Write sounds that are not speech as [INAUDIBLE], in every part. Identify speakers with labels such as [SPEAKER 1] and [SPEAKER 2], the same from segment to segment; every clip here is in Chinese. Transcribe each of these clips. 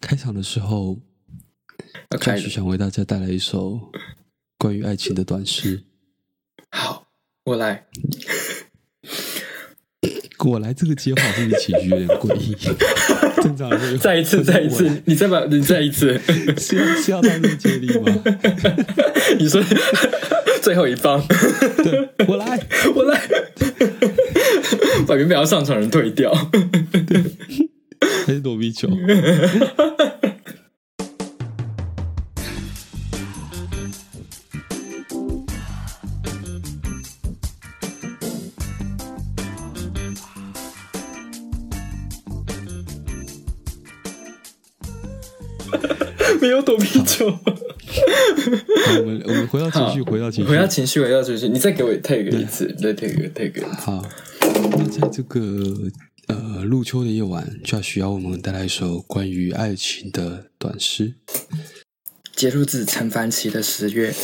[SPEAKER 1] 开场的时候，
[SPEAKER 2] 要
[SPEAKER 1] 确
[SPEAKER 2] 开
[SPEAKER 1] 实
[SPEAKER 2] 始。
[SPEAKER 1] 想为大家带来一首关于爱情的短诗。
[SPEAKER 2] 好，我来。
[SPEAKER 1] 我来这个接话会不会起局有点诡
[SPEAKER 2] [LAUGHS]
[SPEAKER 1] 异？正常人会
[SPEAKER 2] 再一次，再一次，你再把，你再一 [LAUGHS] 次，
[SPEAKER 1] 是要是要到这个接力吗？
[SPEAKER 2] 你说 [LAUGHS] 最后一棒，
[SPEAKER 1] 对，我来。
[SPEAKER 2] [LAUGHS] 我 [LAUGHS] 来，把原本要上场的人退掉。
[SPEAKER 1] 还是躲避球。
[SPEAKER 2] 没有躲避球。
[SPEAKER 1] 好我们我们回到情绪，
[SPEAKER 2] 好
[SPEAKER 1] 回到情绪
[SPEAKER 2] 回。到情绪，回到情绪，你再给我 take 一次，再 take take。
[SPEAKER 1] 好，那在这个呃入秋的夜晚，Josh 要为我们带来一首关于爱情的短诗。
[SPEAKER 2] 结束自陈凡奇的十月，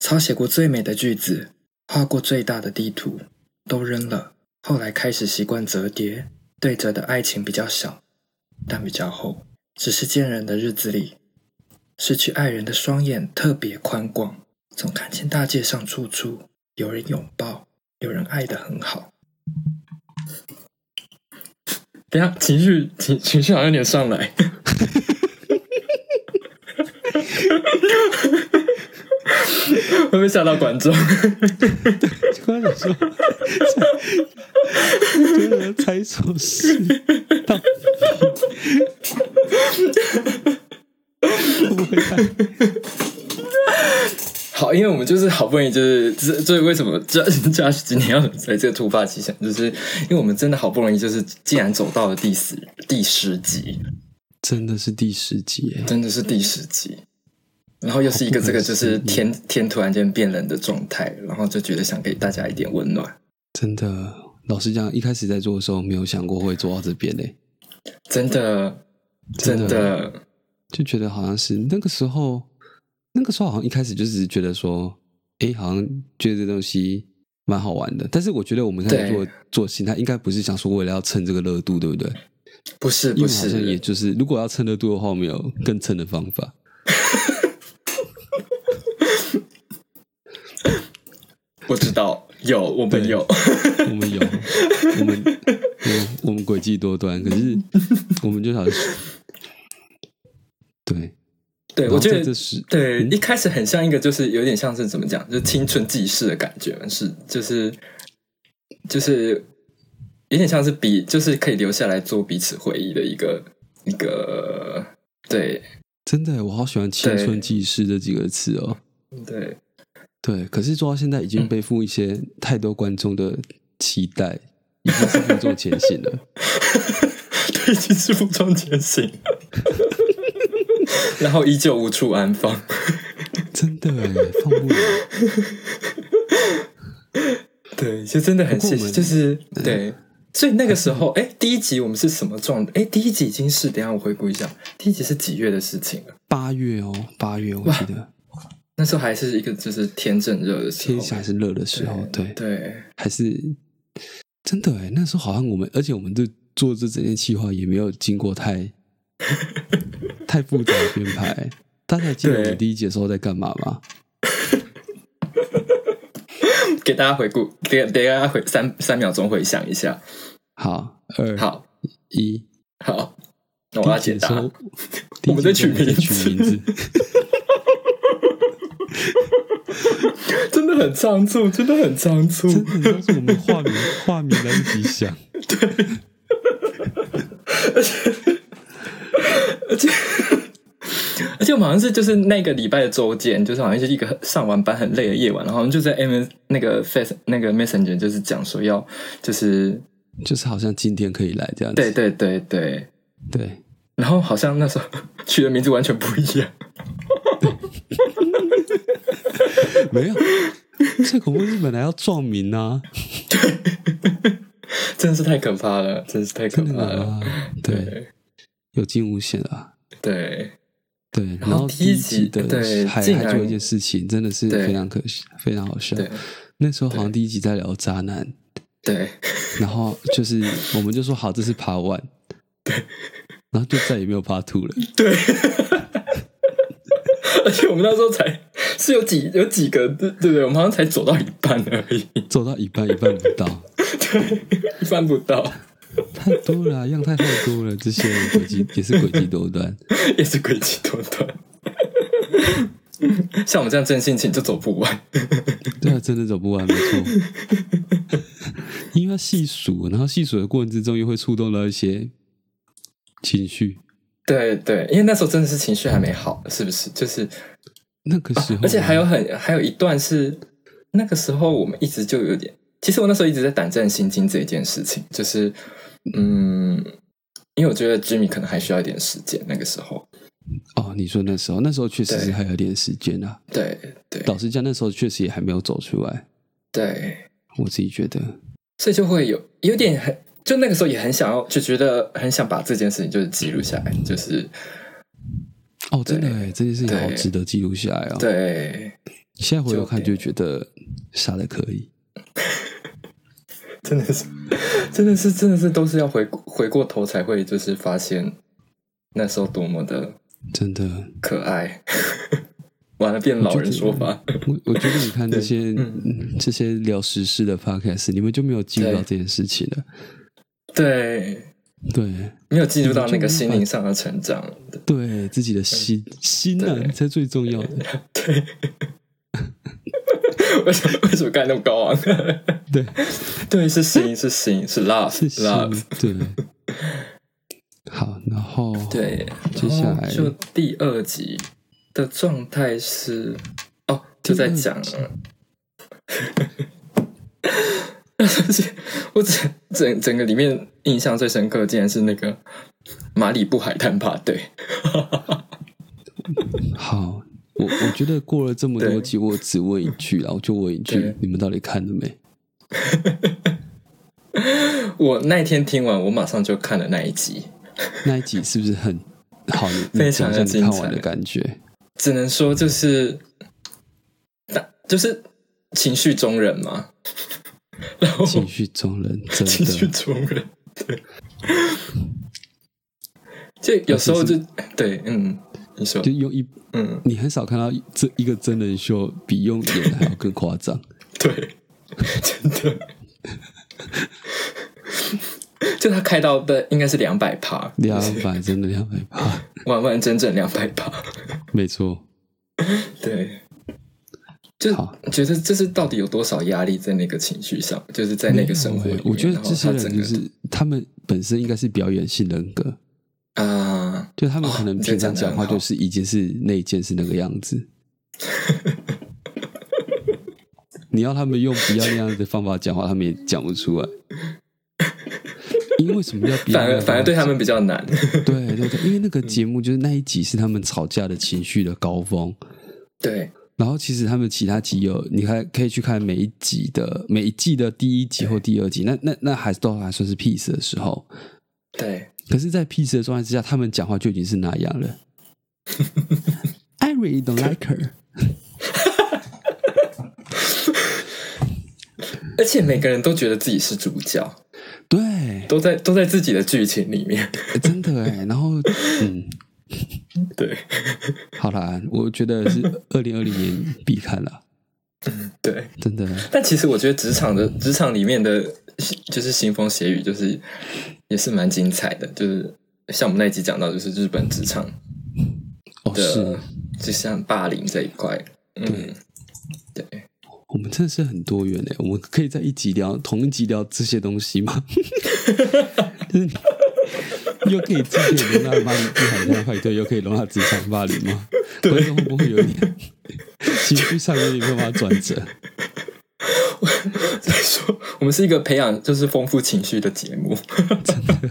[SPEAKER 2] 抄写过最美的句子，画过最大的地图，都扔了。后来开始习惯折叠，对折的爱情比较小，但比较厚。只是见人的日子里，失去爱人的双眼特别宽广，总看见大街上处处有人拥抱，有人爱得很好。等一下情绪情情绪好像有点上来。 [LAUGHS] 会不会吓到观众？
[SPEAKER 1] 就刚想说，就是猜一首诗，到底会不会太
[SPEAKER 2] 好，因为我们就是好不容易就是这这为什么 Josh Josh 今天要来这个突发奇想，就是因为我们真的好不容易就是竟然走到了第十第十集，
[SPEAKER 1] 真的是第十集耶？
[SPEAKER 2] 真的是第十集，然后又是一个
[SPEAKER 1] 好
[SPEAKER 2] 这
[SPEAKER 1] 不可思
[SPEAKER 2] 个
[SPEAKER 1] 议
[SPEAKER 2] 就是天天突然间变冷的状态，然后就觉得想给大家一点温暖，
[SPEAKER 1] 真的，老实讲，一开始在做的时候没有想过会做到这边嘞，
[SPEAKER 2] 真的
[SPEAKER 1] 真的
[SPEAKER 2] 真的
[SPEAKER 1] 就觉得好像是那个时候，那个时候好像一开始就只是觉得说，诶，好像觉得这东西蛮好玩的。但是我觉得我们开始
[SPEAKER 2] 对
[SPEAKER 1] 做做心态，应该不是想说为了要蹭这个热度，对不对？
[SPEAKER 2] 不是
[SPEAKER 1] 因
[SPEAKER 2] 不
[SPEAKER 1] 为好像也
[SPEAKER 2] 是，
[SPEAKER 1] 就是，如果要蹭热度的话，我们有更蹭的方法。
[SPEAKER 2] 我知道有我们
[SPEAKER 1] 对
[SPEAKER 2] 有，
[SPEAKER 1] 我们有，我们我我们诡计多端，可是我们就想，对，
[SPEAKER 2] 对
[SPEAKER 1] 然后
[SPEAKER 2] 我觉
[SPEAKER 1] 在
[SPEAKER 2] 得
[SPEAKER 1] 这是
[SPEAKER 2] 对，一开始很像一个，就是有点像是怎么讲，就是青春记事的感觉，是就是就是有点像是彼，就是可以留下来做彼此回忆的一个一个对
[SPEAKER 1] 真的，我好喜欢“青春记事”这几个字哦。
[SPEAKER 2] 对
[SPEAKER 1] 对，可是做到现在已
[SPEAKER 2] 嗯
[SPEAKER 1] 经背负一些太多观众的期待，已经是负重前行了。
[SPEAKER 2] 对，其实不装前行， [LAUGHS] 然后依旧无处安放。
[SPEAKER 1] 真的哎，放不了。
[SPEAKER 2] 对，就真的很
[SPEAKER 1] 不过
[SPEAKER 2] 谢
[SPEAKER 1] 我
[SPEAKER 2] 谢，
[SPEAKER 1] 们
[SPEAKER 2] 就是对。所以那个时候，哎，第一集我们是什么状？哎，第一集已经是，等一下我回顾一下，第一集是几月的事情了？
[SPEAKER 1] 八月哦，八月我记得
[SPEAKER 2] 那时候还是一个就是天正热的时候，
[SPEAKER 1] 天下是热的时候，对，
[SPEAKER 2] 对
[SPEAKER 1] 还是真的哎。那时候好像我们，而且我们对做这整件计划也没有经过
[SPEAKER 2] [LAUGHS]
[SPEAKER 1] 太太复杂的编排。大家还记得我
[SPEAKER 2] 对
[SPEAKER 1] 们第一节时候在干嘛吗？
[SPEAKER 2] 给大家回顾，给给大家回三三秒钟回想一下。
[SPEAKER 1] 好，二
[SPEAKER 2] 好
[SPEAKER 1] 一，
[SPEAKER 2] 好，那我要
[SPEAKER 1] 第
[SPEAKER 2] 解
[SPEAKER 1] 一节的
[SPEAKER 2] 答
[SPEAKER 1] 时。候，
[SPEAKER 2] 我们在取
[SPEAKER 1] 第一节的时候我们在
[SPEAKER 2] 名字
[SPEAKER 1] 取名字。
[SPEAKER 2] [LAUGHS] 真的很仓促，真的很仓促。
[SPEAKER 1] 真的，要是我们化名化名来一起想，
[SPEAKER 2] 而且我们好像是就是那个礼拜的周间，就是好像是一个很上完班很累的夜晚，然后我们就在 M 那个 Face 那个 Messenger 就是讲说要就是
[SPEAKER 1] 就是好像今天可以来这样子。
[SPEAKER 2] 对对对对，
[SPEAKER 1] 对
[SPEAKER 2] 然后好像那时候 [LAUGHS] 取的名字完全不一样。
[SPEAKER 1] 没有。最恐怖是本来要撞名啊，
[SPEAKER 2] 真的是太可怕了，真是太可
[SPEAKER 1] 真
[SPEAKER 2] 怕
[SPEAKER 1] 的
[SPEAKER 2] 了。 [LAUGHS]
[SPEAKER 1] 啊，对，有惊无险啊。
[SPEAKER 2] 对
[SPEAKER 1] 对，
[SPEAKER 2] 然
[SPEAKER 1] 然
[SPEAKER 2] 后
[SPEAKER 1] 后第
[SPEAKER 2] 第一
[SPEAKER 1] 一
[SPEAKER 2] 集
[SPEAKER 1] 集的
[SPEAKER 2] 对
[SPEAKER 1] 还
[SPEAKER 2] 竟
[SPEAKER 1] 还
[SPEAKER 2] 然
[SPEAKER 1] 做一件事情，真的是
[SPEAKER 2] 对
[SPEAKER 1] 非常可惜，非常好笑。
[SPEAKER 2] 对
[SPEAKER 1] 那时候好像第一集在聊渣男，
[SPEAKER 2] 对，
[SPEAKER 1] 然后就是我们就说好，这是 Part One，然后就再也没有 Part Two 了。
[SPEAKER 2] 对， [LAUGHS] 而且我们那时候才是有几有几个，对对对，我们好像才走到一半而已， [LAUGHS]
[SPEAKER 1] 走到一半，一半不到，
[SPEAKER 2] 对，一半不到，
[SPEAKER 1] 太多了啊、样态太多了，这些人诡计也是诡计多端。
[SPEAKER 2] 也是诡计多端。 [LAUGHS] 像我们这样真性情就走不完，
[SPEAKER 1] 对啊，真的走不完，没错。 [LAUGHS] 因为要细数，然后细数的过程之中又会触动到一些情绪。
[SPEAKER 2] 对对，因为那时候真的是情绪还没好，是不是？就是
[SPEAKER 1] 那个时候啊、
[SPEAKER 2] 而且还有很还有一段是那个时候我们一直就有点，其实我那时候一直在胆战心惊这一件事情，就是嗯，因为我觉得 Jimmy 可能还需要一点时间，那个时候，
[SPEAKER 1] 哦，你说那时候，那时候确实是
[SPEAKER 2] 对
[SPEAKER 1] 还有点时间啊。
[SPEAKER 2] 对对
[SPEAKER 1] 老实讲，那时候确实也还没有走出来，
[SPEAKER 2] 对，
[SPEAKER 1] 我自己觉得。
[SPEAKER 2] 所以就会有有点很，就那个时候也很想要，就觉得很想把这件事情就是记录下来，就是
[SPEAKER 1] 哦，真的
[SPEAKER 2] 对
[SPEAKER 1] 哎，这件事情好
[SPEAKER 2] 对
[SPEAKER 1] 值得记录下来哦。，
[SPEAKER 2] 对，
[SPEAKER 1] 现在回头看
[SPEAKER 2] 就
[SPEAKER 1] 就觉得傻的可以。
[SPEAKER 2] [LAUGHS] 真的是，真的是，真的是，都是要回回过头才会，就是发现那时候多么的
[SPEAKER 1] 真的，
[SPEAKER 2] 可爱。 [LAUGHS] 完了，变老人说法，
[SPEAKER 1] 我我觉得你看这
[SPEAKER 2] [LAUGHS]
[SPEAKER 1] 些、
[SPEAKER 2] 嗯
[SPEAKER 1] 这些聊时事的 podcast，你们就没有记录到这
[SPEAKER 2] 对
[SPEAKER 1] 件事情了。
[SPEAKER 2] 对，
[SPEAKER 1] 对，
[SPEAKER 2] 没有进入到那个心灵上的成长。 [LAUGHS]
[SPEAKER 1] 对自己的心心啊，
[SPEAKER 2] 对
[SPEAKER 1] 才最重要的。
[SPEAKER 2] [LAUGHS] 为什么为什么刚才那么高昂？ [LAUGHS]
[SPEAKER 1] 对，
[SPEAKER 2] 对，是心，是心，是 love，
[SPEAKER 1] 是心
[SPEAKER 2] love。。
[SPEAKER 1] 对，好，然后，
[SPEAKER 2] 对，
[SPEAKER 1] 接下来
[SPEAKER 2] 然后就第二集的状态是，哦，就在讲
[SPEAKER 1] 第，
[SPEAKER 2] [LAUGHS] 我整整整个里面印象最深刻，竟然是那个马里布海滩吧？对，
[SPEAKER 1] 好，我我觉得过了这么多
[SPEAKER 2] 对
[SPEAKER 1] 集，我只问一句啦，我就问一句
[SPEAKER 2] 对，
[SPEAKER 1] 你们到底看了没？
[SPEAKER 2] 我那天听完，我马上就看了那一集，
[SPEAKER 1] 那一集是不是很好？你你
[SPEAKER 2] 非常
[SPEAKER 1] 讲一
[SPEAKER 2] 的
[SPEAKER 1] 下你看
[SPEAKER 2] 精
[SPEAKER 1] 完
[SPEAKER 2] 彩
[SPEAKER 1] 的感
[SPEAKER 2] [LAUGHS]
[SPEAKER 1] 觉。
[SPEAKER 2] 只能说就是，大就是情绪中人嘛， [LAUGHS] 然后
[SPEAKER 1] 情绪中人，真
[SPEAKER 2] 情绪
[SPEAKER 1] 的，
[SPEAKER 2] 中人，对，就有时候就对，嗯，你说
[SPEAKER 1] 啊就，用一，
[SPEAKER 2] 嗯，
[SPEAKER 1] 你很少看到这一个真人秀比用演的还要更夸张。
[SPEAKER 2] 对，真的，就他开到的应该是两百趴，
[SPEAKER 1] 两百真的两百八，
[SPEAKER 2] [LAUGHS] 完完整整两百趴，
[SPEAKER 1] 没错。
[SPEAKER 2] 对。就
[SPEAKER 1] 好
[SPEAKER 2] 觉得这是到底有多少压力在那个情绪上，就是在那个生活
[SPEAKER 1] 没
[SPEAKER 2] 里
[SPEAKER 1] 有
[SPEAKER 2] 面
[SPEAKER 1] 欸。我觉得
[SPEAKER 2] 然后
[SPEAKER 1] 这些
[SPEAKER 2] 他
[SPEAKER 1] 人
[SPEAKER 2] 整个
[SPEAKER 1] 就是他们本身应该是表演性人格，
[SPEAKER 2] 啊，
[SPEAKER 1] 就他们可能
[SPEAKER 2] 哦
[SPEAKER 1] 平常
[SPEAKER 2] 这个
[SPEAKER 1] 讲
[SPEAKER 2] 讲得
[SPEAKER 1] 话
[SPEAKER 2] 很好
[SPEAKER 1] 就是一件事，那一件是那个样子。你要他们用不要那样的方法讲话，他们也讲不出来。因为什么叫不要
[SPEAKER 2] 反
[SPEAKER 1] 那样
[SPEAKER 2] 而
[SPEAKER 1] 的方法讲？
[SPEAKER 2] 反而对他们比较难。
[SPEAKER 1] 对对对，因为那个节目就是那一集是他们吵架的情绪的高峰，
[SPEAKER 2] 对
[SPEAKER 1] 然后其实他们其他集有，你还可以去看每一集的每一季的第一集或第二集，那那那还都还算是 peace 的时候，
[SPEAKER 2] 对，
[SPEAKER 1] 可是，在 peace 的状态之下，他们讲话就已经是那样了。I really don't like her。
[SPEAKER 2] 而且每个人都觉得自己是主角，
[SPEAKER 1] 对，
[SPEAKER 2] 都在都在自己的剧情里 [LAUGHS] 面。
[SPEAKER 1] 欸真的哎。然后，嗯，
[SPEAKER 2] 对
[SPEAKER 1] 好啦，我觉得是二零二零年必看啦，
[SPEAKER 2] 对，
[SPEAKER 1] 真的。
[SPEAKER 2] 但其实我觉得职场的职场里面的，就是腥风血雨，就是也是蛮精彩的。就是像我们那一集讲到，就是日本职场
[SPEAKER 1] 哦，是
[SPEAKER 2] 的，就像霸凌这一块，嗯，对，
[SPEAKER 1] 我们真的是很多元哎。我们可以在一集聊同一集聊这些东西吗？ [LAUGHS] 就是你又可以自己容纳巴黎不海滩派对，又可以容纳职场霸凌吗？观众会不会有一点情绪上有点没有办法转折？
[SPEAKER 2] 所以说我们是一个培养就是丰富情绪的节目，真的，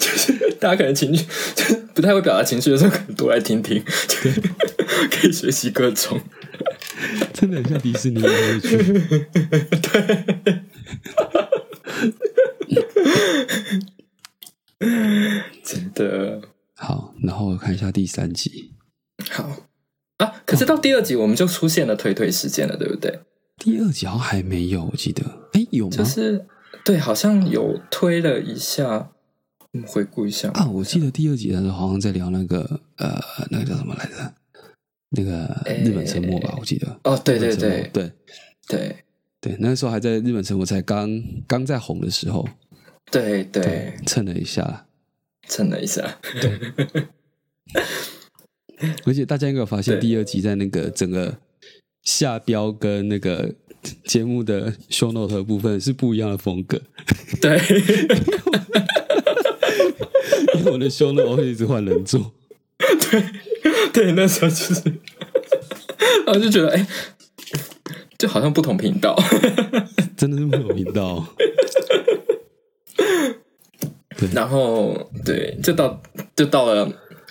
[SPEAKER 2] 就是大家可能情绪就是不太会表达情绪的时候，可能多来听听，就是可以学习各种。
[SPEAKER 1] [LAUGHS] 真的很像迪士尼的乐趣。
[SPEAKER 2] 真的
[SPEAKER 1] 好，然后我看一下第三集。
[SPEAKER 2] 好啊！可是到第二集我们就出现了推推时间了，对不对？
[SPEAKER 1] 第二集好像还没有，我记得，哎，有吗？
[SPEAKER 2] 就是对，好像有推了一下，我们回顾一下
[SPEAKER 1] 啊，我记得第二集的时候好像在聊那个呃，那个叫什么来着？那个日本沉没吧，我记得。
[SPEAKER 2] 哦，对对
[SPEAKER 1] 日本沉没
[SPEAKER 2] 对
[SPEAKER 1] 对
[SPEAKER 2] 对
[SPEAKER 1] 对，那时候还在日本沉没才刚刚在红的时候，
[SPEAKER 2] 对对，
[SPEAKER 1] 蹭了一下。
[SPEAKER 2] 蹭了一下， [LAUGHS]
[SPEAKER 1] 而且大家应该有发现，
[SPEAKER 2] 对
[SPEAKER 1] 第二集在那个整个下标跟那个节目的 show note 的部分是不一样的风格，
[SPEAKER 2] 对 [LAUGHS]
[SPEAKER 1] 因为我的 show note 会一直换人做。
[SPEAKER 2] 对，那时候就是， [LAUGHS] 然后就觉得哎，就好像不同频道， [LAUGHS]
[SPEAKER 1] 真的是没有频道。
[SPEAKER 2] 然后对，就到就到了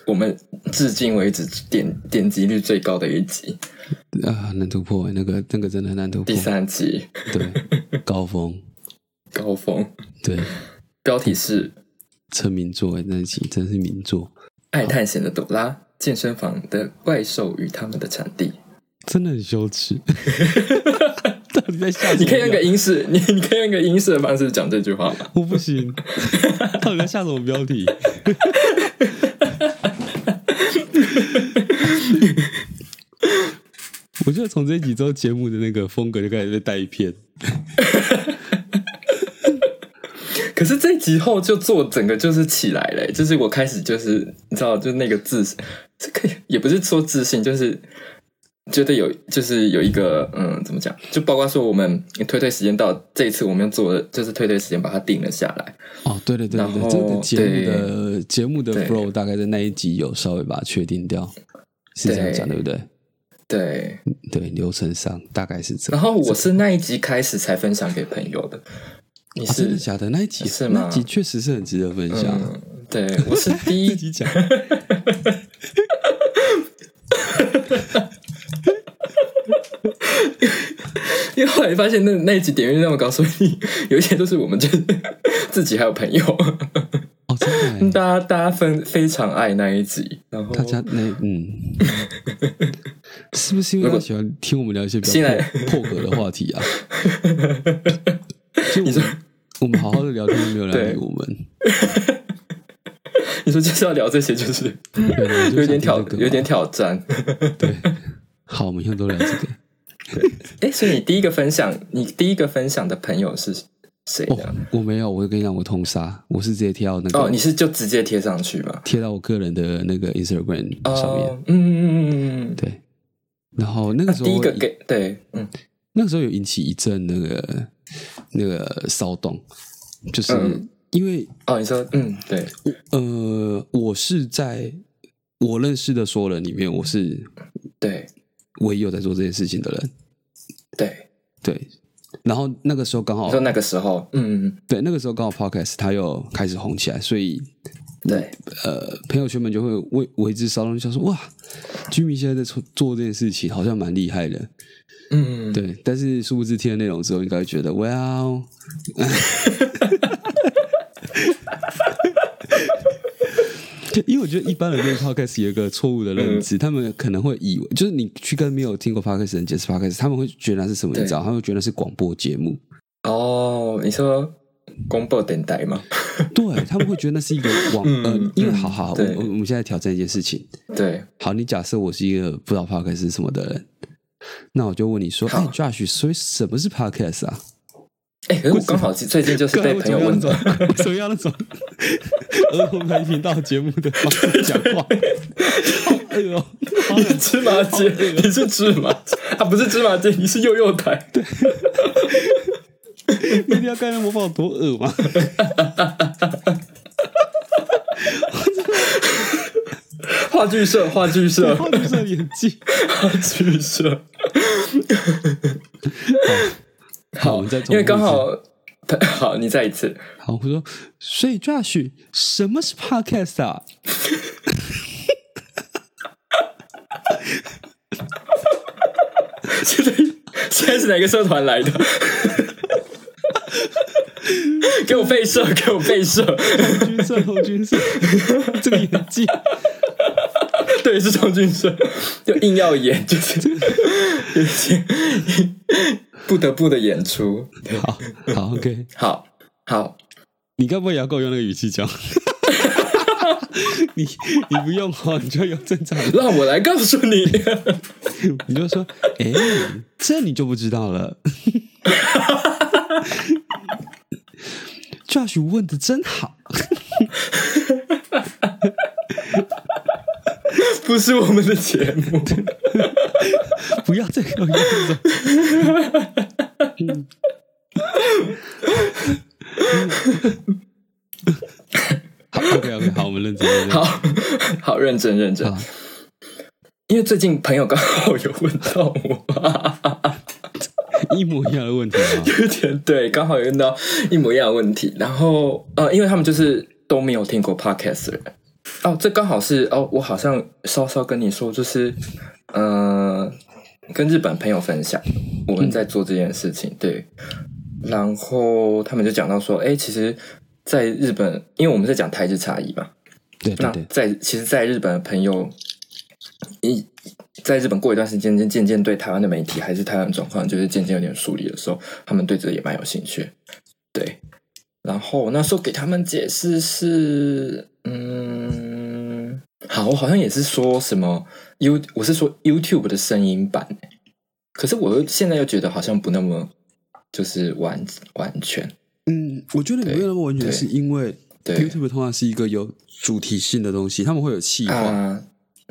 [SPEAKER 2] 我们至今为止点点击率最高的一集，
[SPEAKER 1] [LAUGHS] 啊，很难突破欸，那个那个真的很难突破
[SPEAKER 2] 第。三集
[SPEAKER 1] 对，高峰，
[SPEAKER 2] 高峰，
[SPEAKER 1] 对，
[SPEAKER 2] 标题是《
[SPEAKER 1] 成名作欸那一集真是名作，
[SPEAKER 2] 爱探险的朵拉：健身房的怪兽与他们的产地》。
[SPEAKER 1] 真的很羞耻。到底在吓什么？
[SPEAKER 2] [LAUGHS] 你可以用一个，英式， [LAUGHS] 你你可以用一个英式的方式讲这句话吗？
[SPEAKER 1] 我不行。到底在下什么标题？我觉得从这一集之后，节目的那个风格就开始被带偏。
[SPEAKER 2] [LAUGHS] 可是这集后就做整个就是起来了、欸就是我开始就是你知道，就那个自这个也不是说自信，就是觉得有就是有一个嗯，怎么讲？就包括说我们推推时间到这一次，我们又做了就是推推时间把它定了下来。
[SPEAKER 1] 哦，对对对
[SPEAKER 2] 然
[SPEAKER 1] 对
[SPEAKER 2] 后
[SPEAKER 1] 对，这个节目的节目的
[SPEAKER 2] 对
[SPEAKER 1] flow 大概在那一集有稍微把它确定掉，是这样讲对不
[SPEAKER 2] 对
[SPEAKER 1] 对？
[SPEAKER 2] 对，
[SPEAKER 1] 对，流程上大概是这
[SPEAKER 2] 然
[SPEAKER 1] 样。
[SPEAKER 2] 后我是那一集开始才分享给朋友的。你
[SPEAKER 1] 啊、真
[SPEAKER 2] 是
[SPEAKER 1] 的假的？那一集
[SPEAKER 2] 是吗
[SPEAKER 1] 那一集确实是很值得分享。
[SPEAKER 2] 嗯，对，我是第一
[SPEAKER 1] 自己讲，
[SPEAKER 2] [LAUGHS] 因为后来发现那那一集点阅率那么高，所以有一些都是我们就是自己还有朋友，
[SPEAKER 1] 哦，真的欸，
[SPEAKER 2] [LAUGHS] 大家大家分非常爱那一集，然后
[SPEAKER 1] 大家那
[SPEAKER 2] [LAUGHS]
[SPEAKER 1] 嗯，是不是因为他喜欢听我们聊一些比
[SPEAKER 2] 新
[SPEAKER 1] 较
[SPEAKER 2] 来 [LAUGHS]
[SPEAKER 1] 破破格的话题啊？就我们我们好好的聊天，没有人
[SPEAKER 2] 对
[SPEAKER 1] 理我们，
[SPEAKER 2] 你说就是要聊这些，就是
[SPEAKER 1] 对我们就
[SPEAKER 2] 有点
[SPEAKER 1] 想
[SPEAKER 2] 挑
[SPEAKER 1] 听这个嘛
[SPEAKER 2] 有点挑战。
[SPEAKER 1] 对。好，我们以后都聊这个。
[SPEAKER 2] 哎，所以你第一个分享，你第一个分享的朋友是谁
[SPEAKER 1] 哦
[SPEAKER 2] 的？，
[SPEAKER 1] 我没有，我跟你讲，我通杀，我是直接贴到那个，
[SPEAKER 2] 哦，你是就直接贴上去吧？
[SPEAKER 1] 贴到我个人的那个 Instagram 上面。
[SPEAKER 2] 哦，嗯嗯嗯嗯嗯嗯，
[SPEAKER 1] 对，然后那
[SPEAKER 2] 那
[SPEAKER 1] 个时候
[SPEAKER 2] 啊第一个给对，嗯
[SPEAKER 1] 那个时候有引起一阵那个那个骚动，就是
[SPEAKER 2] 嗯
[SPEAKER 1] 因为、
[SPEAKER 2] 哦，你说嗯对，
[SPEAKER 1] 呃，我是在我认识的所有人里面，我是
[SPEAKER 2] 对
[SPEAKER 1] 唯一有在做这件事情的人。
[SPEAKER 2] 对，
[SPEAKER 1] 对，然后那个时候刚好
[SPEAKER 2] 你说那个时候，嗯嗯
[SPEAKER 1] 对那个时候刚好 podcast 它又开始红起来，所以
[SPEAKER 2] 嗯对，
[SPEAKER 1] 呃，朋友圈们就会为为之骚动，就想说哇，居民现在在做做这件事情，好像蛮厉害的。
[SPEAKER 2] 嗯嗯
[SPEAKER 1] 对，但是殊不知听了内容之后，应该会觉得 Well，就因为我觉得一般人对 podcast 有一个错误的认
[SPEAKER 2] 嗯
[SPEAKER 1] 知，他们可能会以为就是你去跟没有听过 podcast 的人解释 podcast，他们会觉得那是什么？你
[SPEAKER 2] 对
[SPEAKER 1] 知道，他们会觉得那是广播节目，
[SPEAKER 2] 哦，你说公布等待吗？
[SPEAKER 1] 对他们会觉得那是一个网、
[SPEAKER 2] [LAUGHS] 嗯
[SPEAKER 1] 呃，因为
[SPEAKER 2] 嗯
[SPEAKER 1] 好好，我
[SPEAKER 2] 对
[SPEAKER 1] 我我们现在挑战一件事情，
[SPEAKER 2] 对，
[SPEAKER 1] 好，你假设我是一个不知道 podcast 是什么的人，那我就问你说，哎 [LAUGHS]
[SPEAKER 2] 好
[SPEAKER 1] ，Josh，所以什么是 podcast 啊？
[SPEAKER 2] 哎、可是我刚好最近就是被朋友问到，
[SPEAKER 1] 为 [LAUGHS] 什么要那种儿童台频道节目的方式讲话？好恶哦！好恶
[SPEAKER 2] 你是 [LAUGHS] 芝麻
[SPEAKER 1] 哦
[SPEAKER 2] 街，你是芝麻街 [LAUGHS] 啊，不是芝麻街，你是幼幼台，
[SPEAKER 1] 你一定要看那模仿有多恶吗？
[SPEAKER 2] 话剧社，话剧社，
[SPEAKER 1] 然后就是他演技。
[SPEAKER 2] 话剧社。
[SPEAKER 1] 好，我们再重复一次
[SPEAKER 2] 因为刚好，好，你再一次，
[SPEAKER 1] 好，我说，所以 Josh，什么是 podcast 啊？
[SPEAKER 2] 现在现在是哪个社团来的？ [LAUGHS] 给我背社，给我背社，
[SPEAKER 1] 军色，红军色，这个演技，[LAUGHS]
[SPEAKER 2] 对，是童军社，就硬要演，就是 [LAUGHS] 不得不的演出。
[SPEAKER 1] [LAUGHS] 好好，OK，
[SPEAKER 2] 好好，
[SPEAKER 1] 你该不会也要跟我用那个语气讲？ [LAUGHS] 你你不用哦，你就用正常的，
[SPEAKER 2] 让我来告诉你，
[SPEAKER 1] 你就说，哎、这你就不知道了。Josh 问的真好，
[SPEAKER 2] [LAUGHS] 不是我们的节目。
[SPEAKER 1] 不要再给我用这种。 [LAUGHS] 好，OK OK，好，我们认真认真。
[SPEAKER 2] [LAUGHS] 好 [LAUGHS] 好认真认真
[SPEAKER 1] 好，
[SPEAKER 2] 因为最近朋友刚好有问到我，
[SPEAKER 1] 一模一样的问题啊。
[SPEAKER 2] 有点对，刚好有问到一模一样的问题。然后呃，因为他们就是都没有听过 podcast 的人。哦，这刚好是哦，我好像稍稍跟你说，就是呃，跟日本朋友分享我们在做这件事情，对。然后他们就讲到说，哎，其实，在日本，因为我们在讲台日差异嘛，
[SPEAKER 1] 对对
[SPEAKER 2] 那
[SPEAKER 1] 对，
[SPEAKER 2] 在其实，在日本的朋友，一在日本过一段时间，渐渐渐对台湾的媒体还是台湾的状况，就是渐渐有点疏离的时候，他们对这个也蛮有兴趣。对，然后我那时候给他们解释是，嗯，好，我好像也是说什么 You，我是说 YouTube 的声音版，可是我又现在又觉得好像不那么就是完完全
[SPEAKER 1] 嗯，我觉得没有那么完全，
[SPEAKER 2] 对
[SPEAKER 1] 是因为
[SPEAKER 2] 对啊
[SPEAKER 1] YouTube 通常是一个有主题性的东西，他们会有企划，
[SPEAKER 2] 啊，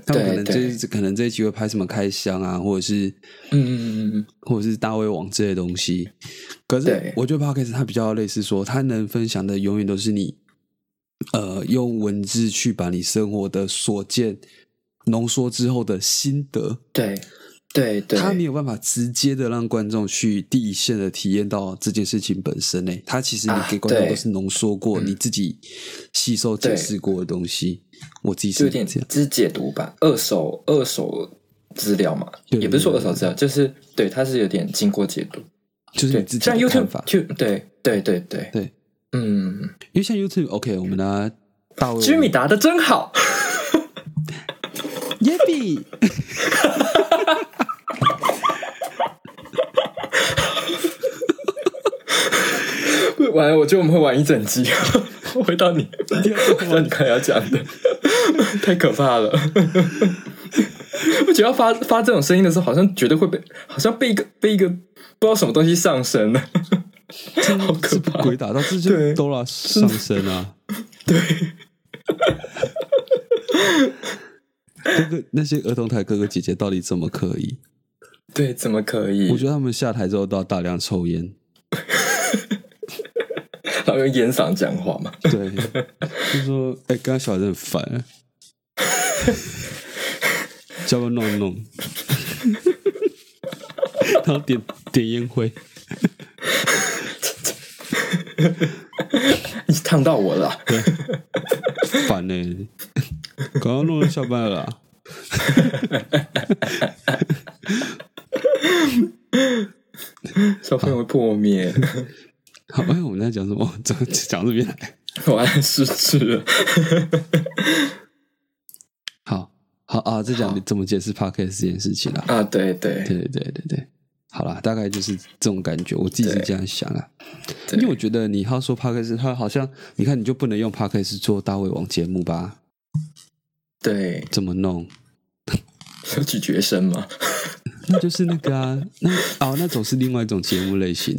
[SPEAKER 1] 他们可
[SPEAKER 2] 对
[SPEAKER 1] 能这
[SPEAKER 2] 对，
[SPEAKER 1] 一可能这一集会拍什么开箱啊，或者是
[SPEAKER 2] 嗯嗯嗯嗯，
[SPEAKER 1] 或者是大胃王之类的东西。可是
[SPEAKER 2] 对
[SPEAKER 1] 我觉得 Podcast 它比较类似说，它能分享的永远都是你呃用文字去把你生活的所见浓缩之后的心得，
[SPEAKER 2] 对对对，
[SPEAKER 1] 他没有办法直接的让观众去第一线的体验到这件事情本身呢、他其实你
[SPEAKER 2] 啊
[SPEAKER 1] 给观众
[SPEAKER 2] 对
[SPEAKER 1] 都是浓缩过、
[SPEAKER 2] 嗯
[SPEAKER 1] 你自己吸收解释过的东西。我自己
[SPEAKER 2] 就是有点
[SPEAKER 1] 这样，
[SPEAKER 2] 只解读吧，二手二手资料嘛，
[SPEAKER 1] 对
[SPEAKER 2] 也不是说二手资料，就是对，它是有点经过解读，
[SPEAKER 1] 就是
[SPEAKER 2] 对
[SPEAKER 1] 你，自己
[SPEAKER 2] 像
[SPEAKER 1] 的看
[SPEAKER 2] YouTube
[SPEAKER 1] 法。
[SPEAKER 2] 就对对对对
[SPEAKER 1] 对，
[SPEAKER 2] 嗯，
[SPEAKER 1] 因为像 YouTube OK，我们拿大卫
[SPEAKER 2] 居米答的真好，
[SPEAKER 1] 耶比，
[SPEAKER 2] 完了，我觉得我们会玩一整集， [LAUGHS] 回
[SPEAKER 1] [LAUGHS]
[SPEAKER 2] 到你，回到你刚才要讲的，太可怕了。 [LAUGHS] 我觉得要发发这种声音的时候，好像绝对会被，好像被一个被一个不知道什么东西上身了， [LAUGHS] [LAUGHS] 好可
[SPEAKER 1] [LAUGHS] 这不
[SPEAKER 2] 怕。
[SPEAKER 1] 鬼打到这就
[SPEAKER 2] 对
[SPEAKER 1] Dora 上身啊。对， [LAUGHS] 哥哥那些儿童台哥哥姐姐到底怎么可以？
[SPEAKER 2] 对，怎么可以？
[SPEAKER 1] 我觉得他们下台之后都要大量抽烟。
[SPEAKER 2] 然后用烟嗓讲话嘛。
[SPEAKER 1] [LAUGHS] 对， [LAUGHS] 就说哎，刚、刚小孩子很烦、啊，叫他弄一弄， [LAUGHS] 然后点点烟灰，
[SPEAKER 2] 你烫到我了啊，
[SPEAKER 1] 烦呢、 [LAUGHS] 刚刚弄到下班了啊啦，
[SPEAKER 2] 小朋友会
[SPEAKER 1] [LAUGHS]
[SPEAKER 2] 破灭，
[SPEAKER 1] 好，哎，我们在讲什么？讲讲这边来，
[SPEAKER 2] 我按失智了。
[SPEAKER 1] 好好啊，再讲你怎么解释 podcast 这件事情啦。
[SPEAKER 2] 啊，对对
[SPEAKER 1] 对对对对对，好啦，大概就是这种感觉，我自己是
[SPEAKER 2] 对
[SPEAKER 1] 这样想啊。
[SPEAKER 2] 对
[SPEAKER 1] 因为我觉得你要说 podcast，它好像你看你就不能用 podcast 做大胃王节目吧？
[SPEAKER 2] 对，
[SPEAKER 1] 怎么弄？
[SPEAKER 2] 有咀嚼声嘛？
[SPEAKER 1] 那就是那个啊，那哦，那种是另外一种节目类型，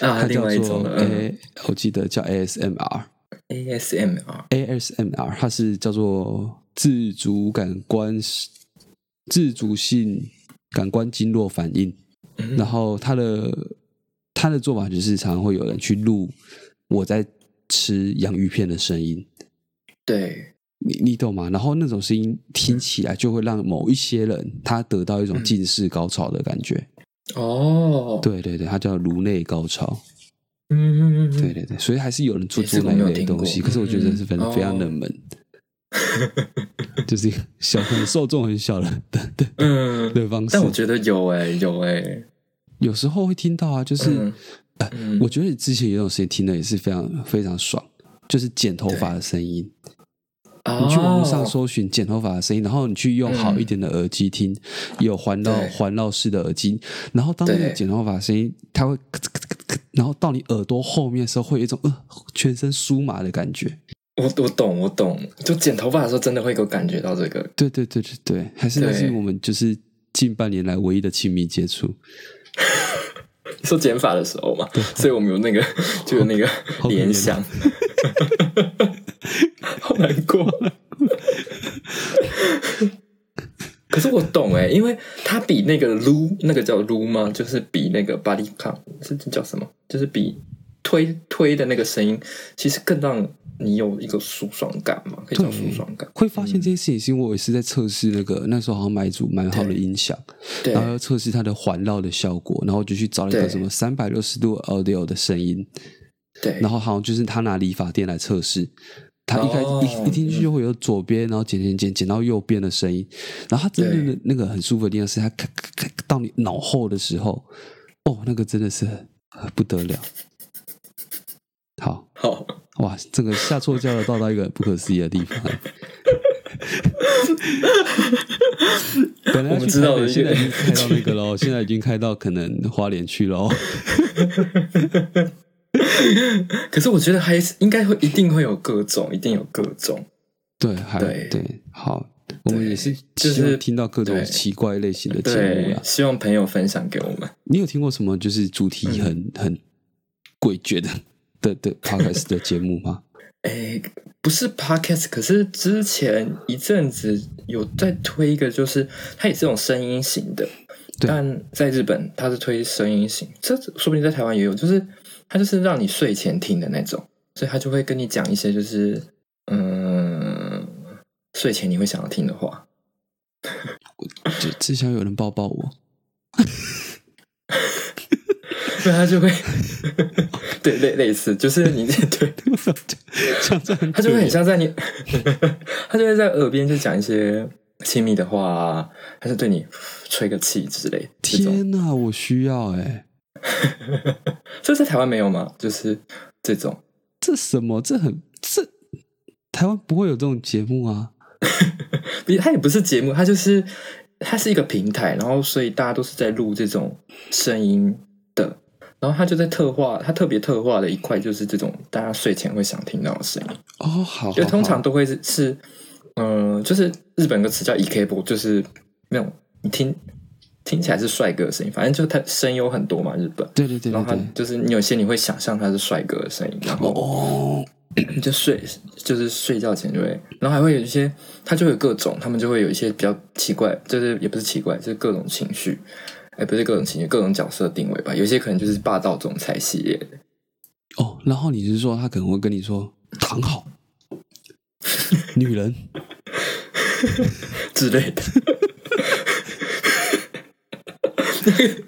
[SPEAKER 2] 啊，
[SPEAKER 1] 它
[SPEAKER 2] 另
[SPEAKER 1] 叫
[SPEAKER 2] 外一种
[SPEAKER 1] 做
[SPEAKER 2] 了、嗯、
[SPEAKER 1] A，我哦记得叫 ASMR。
[SPEAKER 2] ASMR，
[SPEAKER 1] ASMR 它是叫做自主感官自主性感官经络反应，
[SPEAKER 2] 嗯
[SPEAKER 1] 然后它的它的做法就是常常会有人去录我在吃洋芋片的声音，
[SPEAKER 2] 对
[SPEAKER 1] 你你懂吗？然后那种声音听起来就会让某一些人他得到一种近视高潮的感觉，
[SPEAKER 2] 嗯哦，
[SPEAKER 1] 对对对，它叫颅内高潮，
[SPEAKER 2] 嗯，嗯嗯嗯
[SPEAKER 1] 对对对，所以还是有人做
[SPEAKER 2] 诶
[SPEAKER 1] 做
[SPEAKER 2] 这
[SPEAKER 1] 那
[SPEAKER 2] 个我没有
[SPEAKER 1] 一类
[SPEAKER 2] 听
[SPEAKER 1] 东西，
[SPEAKER 2] 过
[SPEAKER 1] 可是我觉得
[SPEAKER 2] 嗯
[SPEAKER 1] 是非常非常
[SPEAKER 2] 哦
[SPEAKER 1] 冷门，就是一个小很受众很小的的的
[SPEAKER 2] 嗯
[SPEAKER 1] 的方式
[SPEAKER 2] 但。我觉得有哎、有哎、
[SPEAKER 1] 有时候会听到啊，就是、
[SPEAKER 2] 嗯
[SPEAKER 1] 呃
[SPEAKER 2] 嗯
[SPEAKER 1] 我觉得之前有一种声音听的也是非常非常爽，就是剪头发的声音。
[SPEAKER 2] 啊、哦
[SPEAKER 1] 你去网络上搜寻剪头发的声音，然后你去用好一点的耳机听，也有环绕
[SPEAKER 2] 对
[SPEAKER 1] 环绕式的耳机，然后当那个
[SPEAKER 2] 对
[SPEAKER 1] 剪头发的声音，它会咔嚓咔嚓咔嚓，然后到你耳朵后面的时候，会有一种呃全身酥麻的感觉。
[SPEAKER 2] 我我懂我懂，就剪头发的时候真的会有感觉到这个，
[SPEAKER 1] 对对对对对，还是那
[SPEAKER 2] 对
[SPEAKER 1] 是我们就是近半年来唯一的亲密接触，
[SPEAKER 2] 说剪发的时候嘛，所以我们有那个就有那个
[SPEAKER 1] 好可怜啊
[SPEAKER 2] 联想，好难过。可是我懂哎、因为它比那个撸那个叫撸吗？就是比那个 body count 是这叫什么？就是比推推的那个声音，其实更让你有一个舒爽感嘛，可以叫舒爽感。
[SPEAKER 1] 会发现这件事情是因为我也是在测试那个那时候好像买一组蛮好的音响，
[SPEAKER 2] 对
[SPEAKER 1] 然后要测试它的环绕的效果，然后我就去找了一个
[SPEAKER 2] 对
[SPEAKER 1] 什么三百六十度 audio 的声音，
[SPEAKER 2] 对
[SPEAKER 1] 然，后好像就是他拿理发店来测试，他一开
[SPEAKER 2] 哦
[SPEAKER 1] 一一听进去就会有左边，然后剪剪剪剪到右边的声音，然后他真的那个很舒服的地方是他咔咔咔咔到你脑后的时候，哦，那个真的是呃不得了。好
[SPEAKER 2] 好，
[SPEAKER 1] 哇，这个下错交流到达一个不可思议的地方。本来要
[SPEAKER 2] 我
[SPEAKER 1] 去
[SPEAKER 2] 们知道
[SPEAKER 1] 台北
[SPEAKER 2] 的一
[SPEAKER 1] 现在
[SPEAKER 2] 个
[SPEAKER 1] 已经开到那个喽，现在已经开到
[SPEAKER 2] [LAUGHS]
[SPEAKER 1] 可能花莲去喽。
[SPEAKER 2] 可是我觉得还是应该会一定会有各种，一定有各种。
[SPEAKER 1] 对，还
[SPEAKER 2] 对
[SPEAKER 1] 好，我们也是
[SPEAKER 2] 就是
[SPEAKER 1] 希望听到各种
[SPEAKER 2] 对
[SPEAKER 1] 奇怪类型的啊节目
[SPEAKER 2] 对
[SPEAKER 1] 啦，。
[SPEAKER 2] 希望朋友分享给我们。
[SPEAKER 1] 你有听过什么就是主题
[SPEAKER 2] 嗯
[SPEAKER 1] 很、很诡谲的的的 podcast 的节目吗？ [LAUGHS]
[SPEAKER 2] 诶，不是 podcast，可是之前一阵子有在推一个，就是它也是这种声音型的，
[SPEAKER 1] 对
[SPEAKER 2] 但在日本它是推声音型，这说不定在台湾也有，就是它就是让你睡前听的那种，所以它就会跟你讲一些就是嗯，睡前你会想要听的话。 [LAUGHS]
[SPEAKER 1] 就至少有人抱抱我。 [LAUGHS]
[SPEAKER 2] 对，他就会， [LAUGHS] 对，类类似，就是你对，
[SPEAKER 1] 像这样，
[SPEAKER 2] 他就会很像在你，他就会在耳边就讲一些亲密的话、啊，还是对你吹个气之类这种。
[SPEAKER 1] 天哪、我需要哎、
[SPEAKER 2] 这在台湾没有吗？就是这种，
[SPEAKER 1] 这什么？这很这台湾不会有这种节目啊？
[SPEAKER 2] 不它也不是节目，它就是它是一个平台，然后所以大家都是在录这种声音的。然后他就在特化，他特别特化的一块就是这种大家睡前会想听到的声音。
[SPEAKER 1] 哦，好好，
[SPEAKER 2] 就通常
[SPEAKER 1] 好
[SPEAKER 2] 都会是是，嗯、就是日本有个词叫 “ekb”，就是那种你听听起来是帅哥的声音，反正就是他声优很多嘛，日本。
[SPEAKER 1] 对对对
[SPEAKER 2] 然
[SPEAKER 1] 对
[SPEAKER 2] 后他
[SPEAKER 1] 对，
[SPEAKER 2] 就是你有些你会想象他是帅哥的声音，然后
[SPEAKER 1] 哦，
[SPEAKER 2] 你就睡就是睡觉前就会，然后还会有一些他就会有各种，他们就会有一些比较奇怪，就是也不是奇怪，就是各种情绪，哎，不是各种情绪，各种角色定位吧，有些可能就是霸道总裁系列的，
[SPEAKER 1] 哦，然后你是说他可能会跟你说躺好，
[SPEAKER 2] [LAUGHS]
[SPEAKER 1] 女人
[SPEAKER 2] 之类的。 [LAUGHS]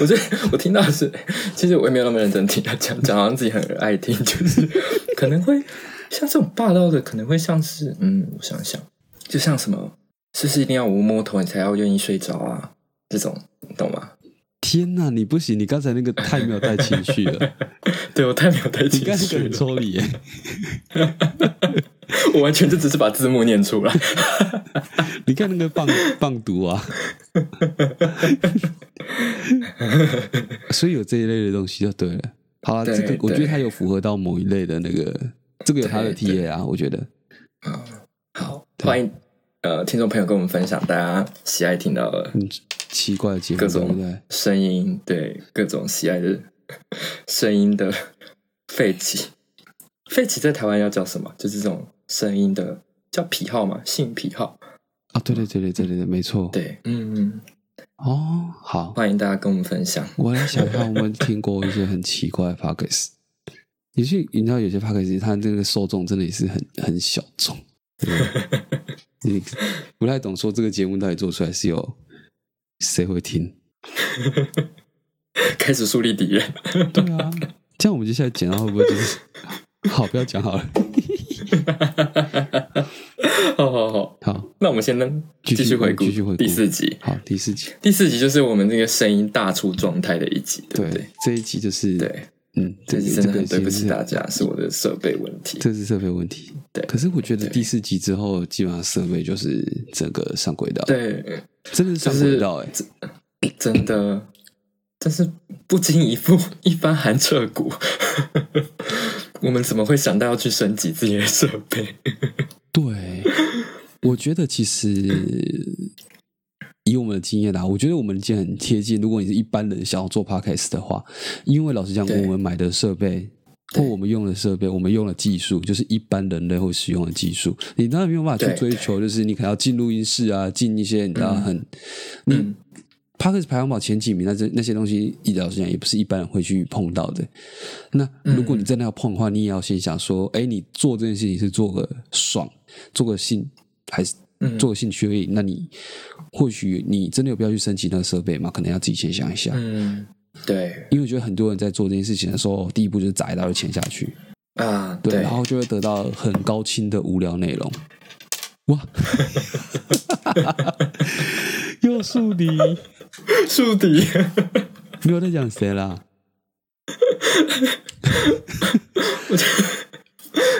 [SPEAKER 2] 我觉得我听到的是，其实我也没有那么认真听他讲，讲好像自己很爱听，就是可能会像这种霸道的，可能会像是嗯，我想想，就像什么，是不是一定要我摸头你才要愿意睡着啊？这种你懂吗？
[SPEAKER 1] 天呐，你不行！你刚才那个太没有带情绪了，
[SPEAKER 2] 对我太没有带
[SPEAKER 1] 你
[SPEAKER 2] [LAUGHS] 情
[SPEAKER 1] 刚才
[SPEAKER 2] 绪
[SPEAKER 1] 很
[SPEAKER 2] 了，
[SPEAKER 1] 抽离耶，
[SPEAKER 2] 我完全就只是把字幕念出来。
[SPEAKER 1] 你看那个
[SPEAKER 2] [LAUGHS]
[SPEAKER 1] 棒棒读啊，所以有这一类的东西就对了。好了，
[SPEAKER 2] 对
[SPEAKER 1] 这个我觉得
[SPEAKER 2] 对
[SPEAKER 1] 它有符合到某一类的那个，这个有它的
[SPEAKER 2] 对
[SPEAKER 1] TA 啊，我觉得
[SPEAKER 2] 好，欢迎呃听众朋友跟我们分享大家喜爱听到的
[SPEAKER 1] 嗯，奇怪的节目
[SPEAKER 2] 各
[SPEAKER 1] 对不
[SPEAKER 2] 种
[SPEAKER 1] 对？
[SPEAKER 2] 声音，对各种喜爱的 [LAUGHS] 声音的废弃。废弃在台湾要叫什么？就是这种声音的叫癖好嘛，性癖好。
[SPEAKER 1] 啊，对对对对对对对，没错。
[SPEAKER 2] 对，嗯嗯，
[SPEAKER 1] 哦，好，
[SPEAKER 2] 欢迎大家跟我们分享。
[SPEAKER 1] 我来想一下，我们听过一些很奇怪的 p o c k e t s 也许你知道有些 p o c k e t s 它这个受众真的也是很很小众，
[SPEAKER 2] [LAUGHS]
[SPEAKER 1] 对你不太懂说这个节目到底做出来是有谁会听？
[SPEAKER 2] 开始树立敌人， [LAUGHS]
[SPEAKER 1] 对啊，这样我们接下来剪到会不会就是？ [LAUGHS] 好，不要讲好了。
[SPEAKER 2] 好好好，
[SPEAKER 1] 好，
[SPEAKER 2] 那我们先呢
[SPEAKER 1] 继续
[SPEAKER 2] 继续回顾
[SPEAKER 1] 继续回顾
[SPEAKER 2] 第四集。
[SPEAKER 1] 好，第四集，
[SPEAKER 2] 第四集就是我们这个声音大出状态的一集，对
[SPEAKER 1] 对
[SPEAKER 2] 不对？
[SPEAKER 1] 这一集就是
[SPEAKER 2] 对
[SPEAKER 1] 嗯，
[SPEAKER 2] 这
[SPEAKER 1] 这
[SPEAKER 2] 是
[SPEAKER 1] 个这
[SPEAKER 2] 真的很
[SPEAKER 1] 个
[SPEAKER 2] 对不
[SPEAKER 1] 其
[SPEAKER 2] 起
[SPEAKER 1] 实
[SPEAKER 2] 大家，是我的设备问题。
[SPEAKER 1] 这是设备问题。
[SPEAKER 2] 对
[SPEAKER 1] 可是我觉得
[SPEAKER 2] 对
[SPEAKER 1] 第四集之后，基本上设备就是整个上轨道，，
[SPEAKER 2] 对，
[SPEAKER 1] 真的是
[SPEAKER 2] 就
[SPEAKER 1] 上
[SPEAKER 2] 是
[SPEAKER 1] 轨道哎、
[SPEAKER 2] 真真的，但是不经一步，一番寒彻骨。我们怎么会想到要去升级自己的设备？
[SPEAKER 1] 对，我觉得其实以我们的经验啊啦，我觉得我们已经很贴近。如果你是一般人想要做 podcast 的话，因为老实讲，
[SPEAKER 2] 对
[SPEAKER 1] 我们买的设备。或
[SPEAKER 2] 对
[SPEAKER 1] 我们用的设备，我们用的技术，就是一般人类会使用的技术。你当然没有办法去
[SPEAKER 2] 对
[SPEAKER 1] 追求，就是你可能要进录音室啊，进一些你知道
[SPEAKER 2] 嗯
[SPEAKER 1] 很，
[SPEAKER 2] 嗯，
[SPEAKER 1] 你 p a r k e s 排行榜前几名，那这那些东西，一老实讲，也不是一般人会去碰到的。那
[SPEAKER 2] 嗯
[SPEAKER 1] 如果你真的要碰的话，你也要先想说，哎，你做这件事情是做个爽，做个兴，还是
[SPEAKER 2] 嗯
[SPEAKER 1] 做个兴趣而已？那你或许你真的有必要去升级那个设备吗？可能要自己先想一下。
[SPEAKER 2] 嗯，对
[SPEAKER 1] 因为我觉得很多人在做这件事情的时候，哦第一步就是砸一大堆钱下去，
[SPEAKER 2] 啊，
[SPEAKER 1] 对，
[SPEAKER 2] 对，
[SPEAKER 1] 然后就会得到很高清的无聊内容。
[SPEAKER 2] [LAUGHS]
[SPEAKER 1] 哇，又树敌，
[SPEAKER 2] 树敌，
[SPEAKER 1] 没有在讲谁啦？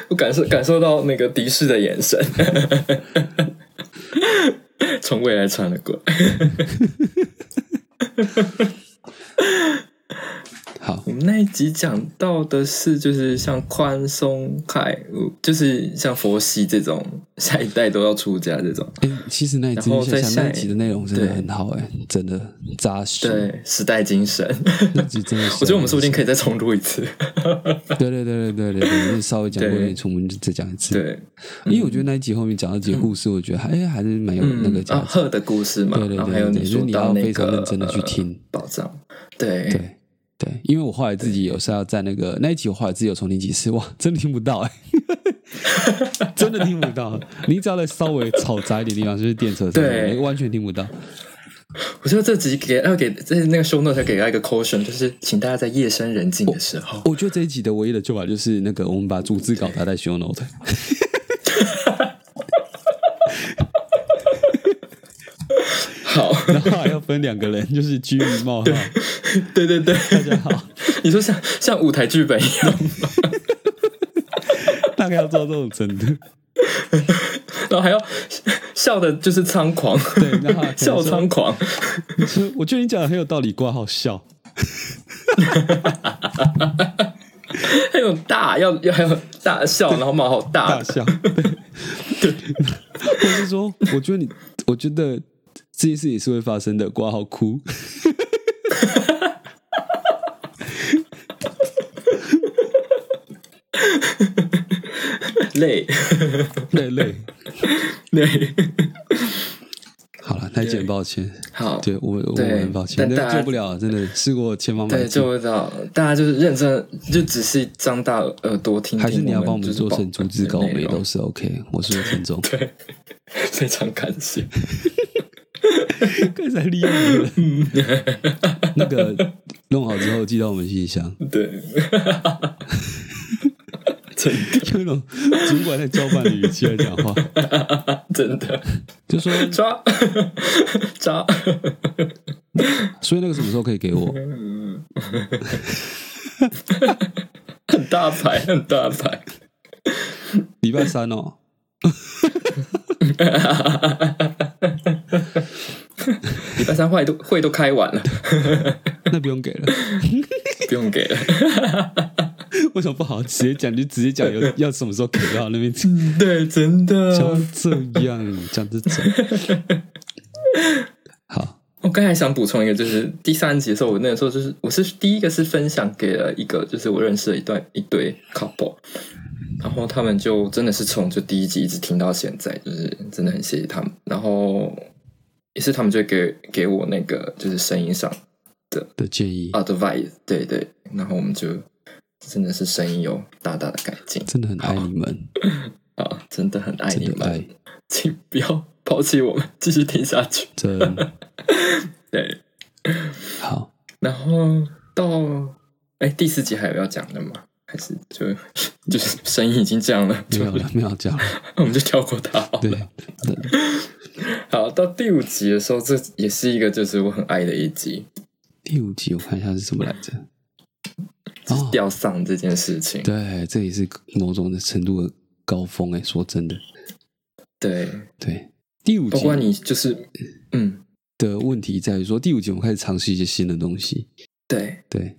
[SPEAKER 2] 我感受感受到那个敌视的眼神，从未来传了过来。
[SPEAKER 1] 好，
[SPEAKER 2] 我们那一集讲到的是，就是像宽松派，呃就是像佛系这种，下一代都要出家这种，
[SPEAKER 1] 哎、其实那一集
[SPEAKER 2] 然后再
[SPEAKER 1] 想想
[SPEAKER 2] 下
[SPEAKER 1] 那
[SPEAKER 2] 一
[SPEAKER 1] 一集的内容真的
[SPEAKER 2] 对
[SPEAKER 1] 很好哎、真的扎实。
[SPEAKER 2] 对时代精神。
[SPEAKER 1] 那集真的是，
[SPEAKER 2] 我觉得我们说不定可以再重录一次。
[SPEAKER 1] 对对对对对对对，就是稍微讲过一
[SPEAKER 2] 对
[SPEAKER 1] 点，从我们再讲一次。
[SPEAKER 2] 对，
[SPEAKER 1] 因为我觉得那一集后面讲到几个故事，我觉得还哎还是蛮有那个
[SPEAKER 2] 嗯，
[SPEAKER 1] 价
[SPEAKER 2] 啊，
[SPEAKER 1] 值。
[SPEAKER 2] 鹤的故事嘛，
[SPEAKER 1] 对对
[SPEAKER 2] 然后
[SPEAKER 1] 对
[SPEAKER 2] 还有
[SPEAKER 1] 对对就是
[SPEAKER 2] 说
[SPEAKER 1] 你
[SPEAKER 2] 到
[SPEAKER 1] 要
[SPEAKER 2] 那
[SPEAKER 1] 非常
[SPEAKER 2] 个
[SPEAKER 1] 认真地去听
[SPEAKER 2] 呃宝藏，对
[SPEAKER 1] 对对，因为我后来自己有是要在那
[SPEAKER 2] 嗯
[SPEAKER 1] 个那一集，我后来自己有重听几次，哇，真的听不到
[SPEAKER 2] [LAUGHS]
[SPEAKER 1] 哎、真的听不到。你只要在稍微吵杂一点地方，就是电车上面，
[SPEAKER 2] 对
[SPEAKER 1] 哎完全听不到。
[SPEAKER 2] 我觉得这集给呃要给在那个 show note 要给到一个 caution，就是请大家在夜深人静的时候，
[SPEAKER 1] 我觉得这一集的唯一的救法就是那个，我们把逐字稿打在 show
[SPEAKER 2] [LAUGHS]
[SPEAKER 1] note。
[SPEAKER 2] 好， [LAUGHS]
[SPEAKER 1] 然后还要分两个人，就是居民冒号，
[SPEAKER 2] 对对对，
[SPEAKER 1] 大家好，
[SPEAKER 2] 你说像像舞台剧本一样，
[SPEAKER 1] 大概要做到这种程度。
[SPEAKER 2] 然后还要笑的就是猖狂，
[SPEAKER 1] 对，然后还
[SPEAKER 2] [LAUGHS] 笑猖
[SPEAKER 1] 说， [LAUGHS]
[SPEAKER 2] 狂，
[SPEAKER 1] 说我觉得你讲的很有道理，挂号笑。
[SPEAKER 2] 还有大要要还有大笑，然后冒好大
[SPEAKER 1] 大，笑。对， [LAUGHS] 或是说，我觉得你，我觉得这件事情是会发生的，挂号哭。
[SPEAKER 2] [LAUGHS] 累
[SPEAKER 1] 累累。
[SPEAKER 2] 累，
[SPEAKER 1] [LAUGHS] 好了，那一集很抱歉，
[SPEAKER 2] 好，
[SPEAKER 1] 对我我
[SPEAKER 2] 对
[SPEAKER 1] 们很抱歉，
[SPEAKER 2] 但
[SPEAKER 1] 但
[SPEAKER 2] 大家
[SPEAKER 1] 救不了，真的试过千方百
[SPEAKER 2] 对，
[SPEAKER 1] 计
[SPEAKER 2] 就。会知道大家就是认真，就只是张大耳朵听听，
[SPEAKER 1] 还是你要帮我们
[SPEAKER 2] 就是
[SPEAKER 1] 做成
[SPEAKER 2] 宝
[SPEAKER 1] 逐字稿，我
[SPEAKER 2] 内
[SPEAKER 1] 们也
[SPEAKER 2] 容
[SPEAKER 1] 都是 OK。我是田总，
[SPEAKER 2] 对， [LAUGHS] 非常感谢。
[SPEAKER 1] [LAUGHS] 刚才利用你了。
[SPEAKER 2] 嗯
[SPEAKER 1] [LAUGHS] 那个弄好之后寄到我们信箱。 [LAUGHS]
[SPEAKER 2] 对， [LAUGHS] 真
[SPEAKER 1] 有一种主管在交办的语气来讲话，
[SPEAKER 2] 的真的
[SPEAKER 1] 就说，
[SPEAKER 2] 抓 [LAUGHS] 抓，
[SPEAKER 1] 所以那个什么时候可以给我？
[SPEAKER 2] 很大牌，很大牌。
[SPEAKER 1] 礼拜三哦。
[SPEAKER 2] 礼拜三会都会都开完了，
[SPEAKER 1] 那不用给了， [LAUGHS]
[SPEAKER 2] 不用给了。 [LAUGHS]
[SPEAKER 1] 为什么不好好直接讲？就直接讲有要什么时候给到那边，想
[SPEAKER 2] 对，真
[SPEAKER 1] 要
[SPEAKER 2] 的。
[SPEAKER 1] 这样讲这
[SPEAKER 2] [LAUGHS]
[SPEAKER 1] 种。好，
[SPEAKER 2] 我刚才想补充一个，就是第三集的时候，我那个时候就是我是第一个是分享给了一个，就是我认识了一段一对 couple，然后他们就真的是从就第一集一直听到现在，就是真的很谢谢他们。然后也是他们就给给我那个就是声音上
[SPEAKER 1] 的建议
[SPEAKER 2] 哦 advice，对对，然后我们就真的是声音有大大的改进
[SPEAKER 1] 真的很爱你们，
[SPEAKER 2] 啊，真的很爱
[SPEAKER 1] 真
[SPEAKER 2] 你
[SPEAKER 1] 的爱
[SPEAKER 2] 们，，请不要抛弃我们，继续听下去。
[SPEAKER 1] 真
[SPEAKER 2] [LAUGHS] 对，
[SPEAKER 1] 好。
[SPEAKER 2] 然后到哎第四集还有要讲的吗？还是就 [LAUGHS] 就是声音已经这样了，
[SPEAKER 1] 没
[SPEAKER 2] 就 [LAUGHS]
[SPEAKER 1] 有了，没有了讲了。
[SPEAKER 2] 我们就跳过它好
[SPEAKER 1] 对
[SPEAKER 2] 了。，好，到第五集的时候，这也是一个就是我很爱的一集，
[SPEAKER 1] 第五集我看一下是什么来着？
[SPEAKER 2] 就是吊丧这件事情。
[SPEAKER 1] 哦对，这也是某种的程度的高峰哎、说真的，
[SPEAKER 2] 对，
[SPEAKER 1] 对。第五
[SPEAKER 2] 包
[SPEAKER 1] 集
[SPEAKER 2] 括你就是，嗯，
[SPEAKER 1] 的问题在于说，第五集我们开始尝试一些新的东西。
[SPEAKER 2] 对，
[SPEAKER 1] 对，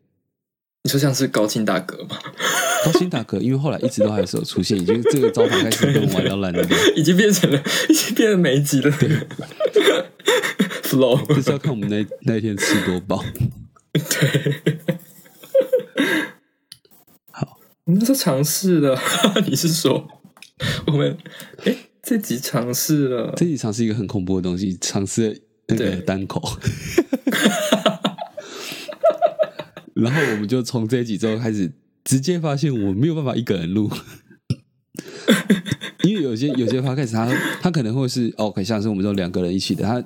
[SPEAKER 2] 你说像是高清大哥嘛，
[SPEAKER 1] 高清大哥，因为后来一直都还是有出现，已经这个招牌开始被我玩到烂
[SPEAKER 2] [LAUGHS]
[SPEAKER 1] 掉。
[SPEAKER 2] [LAUGHS] 已经变成了，已经变成每一集的 flow。
[SPEAKER 1] 就是要看我们那那一天吃多饱。
[SPEAKER 2] 我们是尝试了， [LAUGHS] 你是说我们哎这集尝试了？
[SPEAKER 1] 这一场是一个很恐怖的东西，尝试了那个
[SPEAKER 2] 对
[SPEAKER 1] 单口。 [LAUGHS] 然后我们就从这一集之后开始，直接发现我没有办法一个人录， [LAUGHS] 因为有些有些 podcast 它它可能会是哦，可像是我们这种两个人一起的，它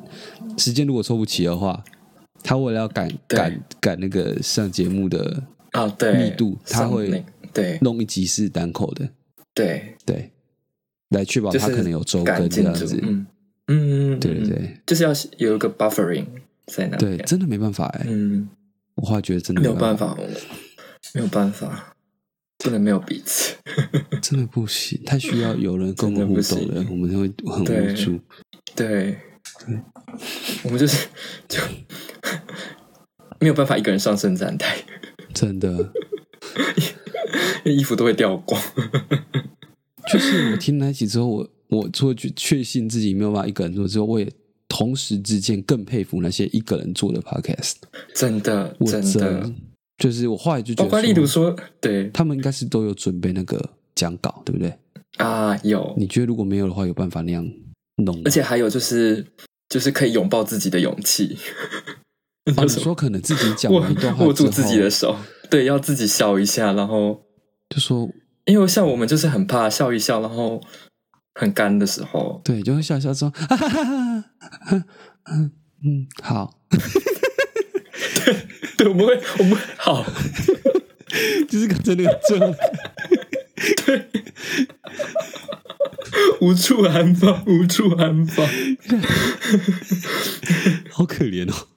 [SPEAKER 1] 时间如果凑不齐的话，他为了要赶
[SPEAKER 2] 对
[SPEAKER 1] 赶赶那个上节目的，
[SPEAKER 2] 啊，对，
[SPEAKER 1] 密度它
[SPEAKER 2] 上
[SPEAKER 1] 会
[SPEAKER 2] 那个对
[SPEAKER 1] 弄一集是单口的，
[SPEAKER 2] 对，
[SPEAKER 1] 对，来确保
[SPEAKER 2] 就
[SPEAKER 1] 它
[SPEAKER 2] 是
[SPEAKER 1] 可能有周
[SPEAKER 2] 赶
[SPEAKER 1] 更这
[SPEAKER 2] 进
[SPEAKER 1] 样
[SPEAKER 2] 度
[SPEAKER 1] 子，
[SPEAKER 2] 嗯嗯，嗯
[SPEAKER 1] 对对，
[SPEAKER 2] 嗯
[SPEAKER 1] 对
[SPEAKER 2] 就是要有一个 buffering 在那
[SPEAKER 1] 对，
[SPEAKER 2] 边。
[SPEAKER 1] 真的没办法哎、
[SPEAKER 2] 嗯，
[SPEAKER 1] 我后来觉得真的
[SPEAKER 2] 没有
[SPEAKER 1] 办
[SPEAKER 2] 办法，我没有办法，真的没有彼此。
[SPEAKER 1] [LAUGHS] 真的不行，太需要有人跟我们互动
[SPEAKER 2] 真的
[SPEAKER 1] 了，
[SPEAKER 2] 不
[SPEAKER 1] 我们会很
[SPEAKER 2] 对
[SPEAKER 1] 无助。
[SPEAKER 2] 对，
[SPEAKER 1] 嗯
[SPEAKER 2] 我们就是就没有办法一个人上伸展台，
[SPEAKER 1] 真的，
[SPEAKER 2] 因为衣服都会掉光。
[SPEAKER 1] 就是我听那一集之后，我我除了确确信自己没有办法一个人做之后，我也同时之间更佩服那些一个人做的 podcast。
[SPEAKER 2] 真的，
[SPEAKER 1] 我
[SPEAKER 2] 真的
[SPEAKER 1] 真，就是我后来就觉
[SPEAKER 2] 包括例
[SPEAKER 1] 得
[SPEAKER 2] 如
[SPEAKER 1] 说，
[SPEAKER 2] 说，对
[SPEAKER 1] 他们应该是都有准备那个讲稿，对不对？
[SPEAKER 2] 啊，有，
[SPEAKER 1] 你觉得如果没有的话，有办法那样弄吗？
[SPEAKER 2] 而且还有就是，就是可以拥抱自己的勇气，
[SPEAKER 1] 哦，你说可能自己讲
[SPEAKER 2] 握
[SPEAKER 1] 完一段话
[SPEAKER 2] 握
[SPEAKER 1] 之
[SPEAKER 2] 住
[SPEAKER 1] 后，
[SPEAKER 2] 自己的手，对，要自己笑一下，然后
[SPEAKER 1] 就说
[SPEAKER 2] 因为像我们就是很怕笑一笑，然后很干的时候， [LAUGHS]
[SPEAKER 1] 对，就会笑笑说，哈哈哈哈哈，嗯嗯，好。
[SPEAKER 2] 对，我们会，我们会好，
[SPEAKER 1] 就是刚才那个最后，
[SPEAKER 2] 无处安放，无处安放，
[SPEAKER 1] 好可怜哦。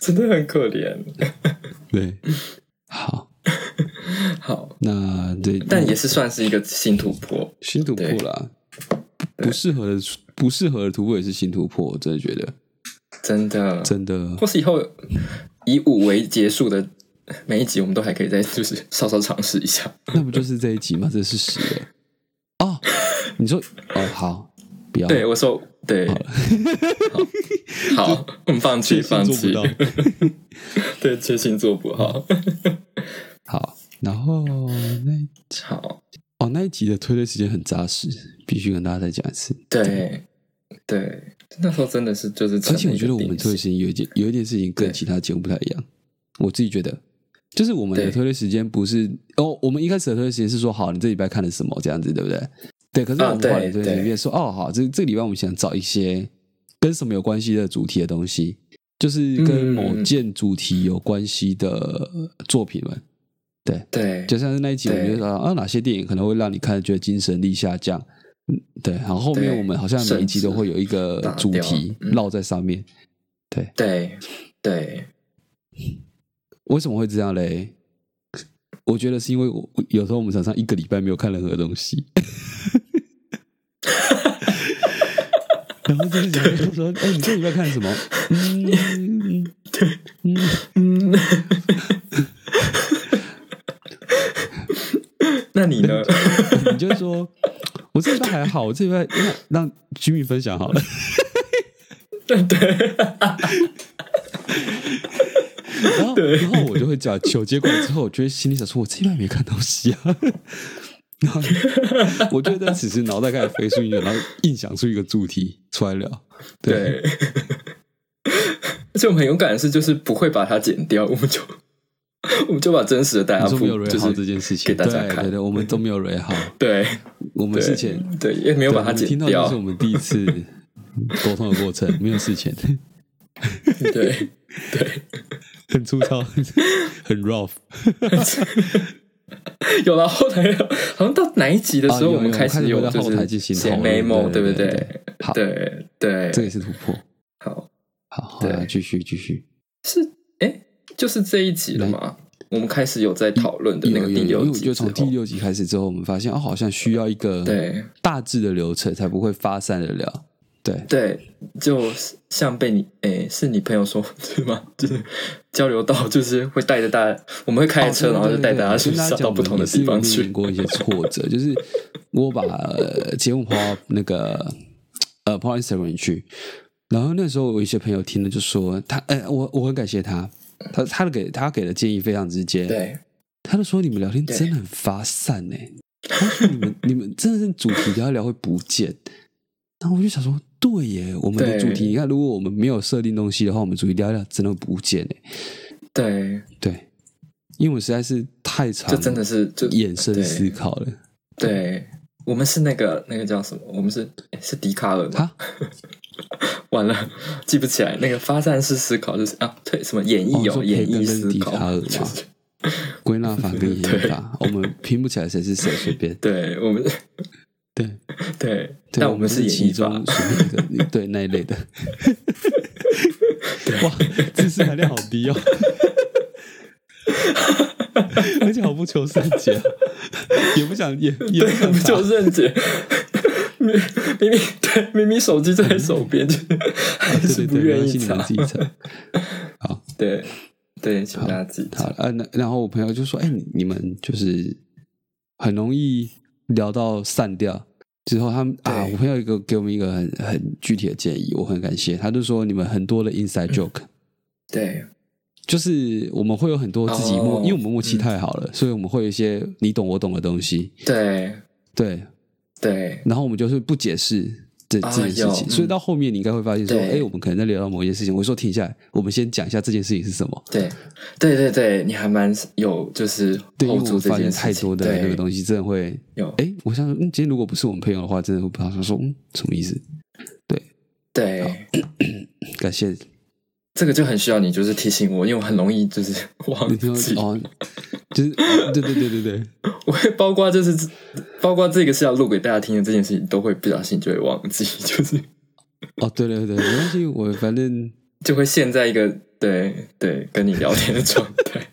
[SPEAKER 2] 真的很可怜。
[SPEAKER 1] 对，好，
[SPEAKER 2] 好，
[SPEAKER 1] 那对，
[SPEAKER 2] 但也是算是一个新突破，
[SPEAKER 1] 新突破啦，不不适合的不适合的突破也是新突破，我真的觉得
[SPEAKER 2] 真的，
[SPEAKER 1] 真的
[SPEAKER 2] 或是以后以五为结束的每一集，我们都还可以再就是稍稍尝试一下。
[SPEAKER 1] 那不就是这一集吗？这是十哎。哦，你说哦好，不要
[SPEAKER 2] 对，我说对，好，好我们放弃，
[SPEAKER 1] 确
[SPEAKER 2] 放
[SPEAKER 1] 信做
[SPEAKER 2] 弃
[SPEAKER 1] 不，到。
[SPEAKER 2] 对，确信做不好。
[SPEAKER 1] [LAUGHS] 好，然后那一
[SPEAKER 2] 好，
[SPEAKER 1] 哦那一集的推推时间很扎实，必须跟大家再讲一次。
[SPEAKER 2] 对，对，那时候真的是就是
[SPEAKER 1] 而
[SPEAKER 2] 成了一
[SPEAKER 1] 且
[SPEAKER 2] 个定型，
[SPEAKER 1] 我觉得我们推的时间有一件有一件事情跟
[SPEAKER 2] 对
[SPEAKER 1] 其他节目不太一样，我自己觉得，就是我们的
[SPEAKER 2] 对
[SPEAKER 1] 推推时间不是哦，我们一开始的推推时间是说好，你这礼拜看了什么这样子，对不对？对，可是我
[SPEAKER 2] 啊
[SPEAKER 1] 们后来
[SPEAKER 2] 对
[SPEAKER 1] 的推推时间说哦，好，这这个礼拜我们想找一些跟什么有关系的主题的东西，就是跟
[SPEAKER 2] 嗯
[SPEAKER 1] 某件主题有关系的作品们。对，
[SPEAKER 2] 对，
[SPEAKER 1] 就像是那一集，我
[SPEAKER 2] 对
[SPEAKER 1] 们就说啊，哪些电影可能会让你看了觉得精神力下降？嗯，对。然后后面
[SPEAKER 2] 对
[SPEAKER 1] 我们好像每一集都会有一个
[SPEAKER 2] 甚至
[SPEAKER 1] 主题
[SPEAKER 2] 打掉嗯
[SPEAKER 1] 绕在上面。对，
[SPEAKER 2] 对，对，
[SPEAKER 1] 为什么会这样嘞？我觉得是因为我有时候我们常常一个礼拜没有看任何东西，然后就是想说，哎、你这礼拜看什么？嗯，嗯，
[SPEAKER 2] 嗯。那你呢？
[SPEAKER 1] [LAUGHS] 你就说，我这礼拜还好，我这礼拜让让居民分享好了。对。然后，然后我就会讲九接过来之后，我就会心里想说，我这礼拜没看东西啊。然后，我就在此时脑袋开始飞出音乐，然后硬想出一个主题出来聊。对，
[SPEAKER 2] 对，而且我们很勇敢的是，就是不会把它剪掉，我们就我们就把真实的大家
[SPEAKER 1] 你说没
[SPEAKER 2] 铺
[SPEAKER 1] 有蕊
[SPEAKER 2] 就
[SPEAKER 1] 好
[SPEAKER 2] 是
[SPEAKER 1] 这件事情，
[SPEAKER 2] 给大家
[SPEAKER 1] 对
[SPEAKER 2] 看
[SPEAKER 1] 对对，我们都没有蕊好。
[SPEAKER 2] 对
[SPEAKER 1] 我们
[SPEAKER 2] 对
[SPEAKER 1] 之前
[SPEAKER 2] 对也没有把它
[SPEAKER 1] 对
[SPEAKER 2] 剪
[SPEAKER 1] 我们听到
[SPEAKER 2] 掉
[SPEAKER 1] 这是我，们第一次沟通的过程，没有事前。
[SPEAKER 2] 对
[SPEAKER 1] 很粗糙， [LAUGHS] 很 rough。
[SPEAKER 2] 有了后台好像到哪一集的时
[SPEAKER 1] 啊
[SPEAKER 2] 候，
[SPEAKER 1] 有
[SPEAKER 2] 我们
[SPEAKER 1] 有
[SPEAKER 2] 开
[SPEAKER 1] 开
[SPEAKER 2] 始
[SPEAKER 1] 始
[SPEAKER 2] 有
[SPEAKER 1] 会在
[SPEAKER 2] 就
[SPEAKER 1] 后台
[SPEAKER 2] 是
[SPEAKER 1] 进行
[SPEAKER 2] 写
[SPEAKER 1] 讨论
[SPEAKER 2] memo，
[SPEAKER 1] 对
[SPEAKER 2] 不
[SPEAKER 1] 对对
[SPEAKER 2] 对
[SPEAKER 1] 对？好
[SPEAKER 2] 对对，
[SPEAKER 1] 这也是突破。
[SPEAKER 2] 好
[SPEAKER 1] 好，好
[SPEAKER 2] 对
[SPEAKER 1] 来继续继续。
[SPEAKER 2] 是哎，就是这一集了嘛？我们开始有在讨论的那个
[SPEAKER 1] 有
[SPEAKER 2] 第
[SPEAKER 1] 有有，因为我觉
[SPEAKER 2] 六集
[SPEAKER 1] 得
[SPEAKER 2] 之
[SPEAKER 1] 从第
[SPEAKER 2] 后，
[SPEAKER 1] 六集开始之后，我们发现哦，好像需要一个
[SPEAKER 2] 对
[SPEAKER 1] 大致的流程，才不会发散的了。对，
[SPEAKER 2] 对，就像被你诶、是你朋友说对吗？ [LAUGHS] 就是交流到就是会带着大家，我们会开着车，
[SPEAKER 1] 哦
[SPEAKER 2] 然后就带大家
[SPEAKER 1] 对
[SPEAKER 2] 去
[SPEAKER 1] 对对对
[SPEAKER 2] 上到不同的地方
[SPEAKER 1] 我跟大家讲我们也是有面临。过
[SPEAKER 2] 去
[SPEAKER 1] 一些挫折，就是我把呃节目抛到那个呃抛到 Instagram 去，然后那时候有一些朋友听了就说他，哎、我我很感谢他，他他的给他给的建议非常直接，
[SPEAKER 3] 对，
[SPEAKER 1] 他就说你们聊天
[SPEAKER 3] 对
[SPEAKER 1] 真的很发散呢、他说你们你们真的是主题聊一聊会不见。然后我就想说，对耶，我们的
[SPEAKER 2] 对
[SPEAKER 1] 主题，你看，如果我们没有设定东西的话，我们主题聊一聊真的会不见哎。
[SPEAKER 2] 对，
[SPEAKER 1] 对，因为我实在是太长，
[SPEAKER 2] 就真的是就
[SPEAKER 1] 衍生
[SPEAKER 2] 对
[SPEAKER 1] 思考了
[SPEAKER 2] 对。我们是那个那个叫什么？我们是诶是笛卡尔吗？
[SPEAKER 1] 啊。
[SPEAKER 2] [LAUGHS] 完了，记不起来。那个发散式思考就是啊，对，什么演
[SPEAKER 1] 哦
[SPEAKER 2] 绎
[SPEAKER 1] 说
[SPEAKER 2] 哦，演
[SPEAKER 1] 培根
[SPEAKER 2] 绎
[SPEAKER 1] 跟
[SPEAKER 2] 思
[SPEAKER 1] 笛
[SPEAKER 2] 考
[SPEAKER 1] 卡尔，
[SPEAKER 2] 就
[SPEAKER 1] 吗
[SPEAKER 2] 是
[SPEAKER 1] 归纳法跟演绎
[SPEAKER 2] [LAUGHS] 对
[SPEAKER 1] 法，我们拼不起来谁是谁，随便。
[SPEAKER 2] [LAUGHS] 对我们
[SPEAKER 1] 对，
[SPEAKER 2] 对，
[SPEAKER 1] 对，
[SPEAKER 2] 但
[SPEAKER 1] 我
[SPEAKER 2] 们是
[SPEAKER 1] 是
[SPEAKER 2] 演
[SPEAKER 1] 其
[SPEAKER 2] 绎
[SPEAKER 1] 中
[SPEAKER 2] 法，
[SPEAKER 1] 随便一个，对那一类的。哇，知识含量好低哦， [LAUGHS] 而且好不求甚解啊，也不想也也不
[SPEAKER 2] 对，啊
[SPEAKER 1] 想
[SPEAKER 2] 不
[SPEAKER 1] 查
[SPEAKER 2] [LAUGHS] 就任姐，明明明对明明手机在手边，就是还
[SPEAKER 1] 对对
[SPEAKER 2] 是不
[SPEAKER 1] 对，没
[SPEAKER 2] 愿
[SPEAKER 1] 关
[SPEAKER 2] 意
[SPEAKER 1] 系，你
[SPEAKER 2] 查
[SPEAKER 1] 们。自
[SPEAKER 2] [LAUGHS]
[SPEAKER 1] 己查。
[SPEAKER 2] 对对，请大家自己查
[SPEAKER 1] 好，呃，那然后我朋友就说：“哎、你你们就是很容易聊到散掉。”之后他们啊，
[SPEAKER 3] 对
[SPEAKER 1] 我朋友一个给我们一个很很具体的建议，我很感谢。他就说：“你们很多的 inside joke，、
[SPEAKER 3] 对，
[SPEAKER 1] 就是我们会有很多自己默，
[SPEAKER 2] 哦嗯
[SPEAKER 1] 因为我们默契太好了，所以我们会有一些你懂我懂的东西。
[SPEAKER 2] 对
[SPEAKER 1] 对，
[SPEAKER 2] 对
[SPEAKER 1] 然后我们就是不解释这、
[SPEAKER 2] 啊
[SPEAKER 1] 这件事情，
[SPEAKER 2] 有
[SPEAKER 1] 所以到后面你应该会发现说：‘哎、
[SPEAKER 2] 对
[SPEAKER 1] 我们可能在聊到某件事情，我说停下来，我们先讲一下这件事情是什么。’
[SPEAKER 2] 对对对对，你还蛮有就是
[SPEAKER 1] 对，因为
[SPEAKER 2] hold
[SPEAKER 1] 我
[SPEAKER 2] 住
[SPEAKER 1] 们
[SPEAKER 2] 这
[SPEAKER 1] 发现
[SPEAKER 2] 件
[SPEAKER 1] 太
[SPEAKER 2] 事
[SPEAKER 1] 多
[SPEAKER 2] 情，
[SPEAKER 1] 的那个
[SPEAKER 2] 对，
[SPEAKER 1] 东西，真的会
[SPEAKER 2] 有
[SPEAKER 1] 哎，我想说，嗯，今天如果不是我们朋友的话，真的会不知道他说，嗯，什么意思？
[SPEAKER 2] 对，
[SPEAKER 1] 感
[SPEAKER 2] [LAUGHS]
[SPEAKER 1] 谢你
[SPEAKER 2] 这个就很需要你就是提醒我，因为我很容易就是 [LAUGHS] 忘
[SPEAKER 1] 听
[SPEAKER 2] 记
[SPEAKER 1] 到，哦，就是哦对对对对对，
[SPEAKER 2] 我会包括就是包括这个是要录给大家听的这件事情，都会不小心就会忘记， [LAUGHS] 就是
[SPEAKER 1] 哦，对对对，没关系，我反正
[SPEAKER 2] 就会陷在一个对对跟你聊天的状
[SPEAKER 1] [LAUGHS]
[SPEAKER 2] 态。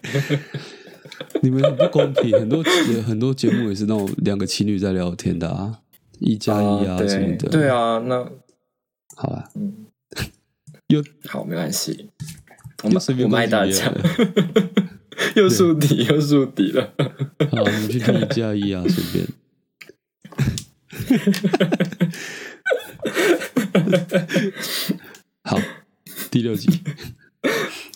[SPEAKER 1] 你们很不公平，很多也很多节目也是那种两个情侣在聊天的啊，一加一啊什么
[SPEAKER 2] 对
[SPEAKER 1] 的，
[SPEAKER 2] 对，啊，那
[SPEAKER 1] 好啦，
[SPEAKER 2] 好没关系，我
[SPEAKER 1] 又
[SPEAKER 2] 们
[SPEAKER 1] 随便
[SPEAKER 2] 我们爱
[SPEAKER 1] 攻
[SPEAKER 2] 大
[SPEAKER 1] 击别
[SPEAKER 2] 家
[SPEAKER 1] 人，
[SPEAKER 2] [LAUGHS] 又树敌又树敌了。
[SPEAKER 1] [LAUGHS] 好，你们去听一加一
[SPEAKER 2] [LAUGHS]
[SPEAKER 1] 啊，随便。 [LAUGHS] 好，第六集，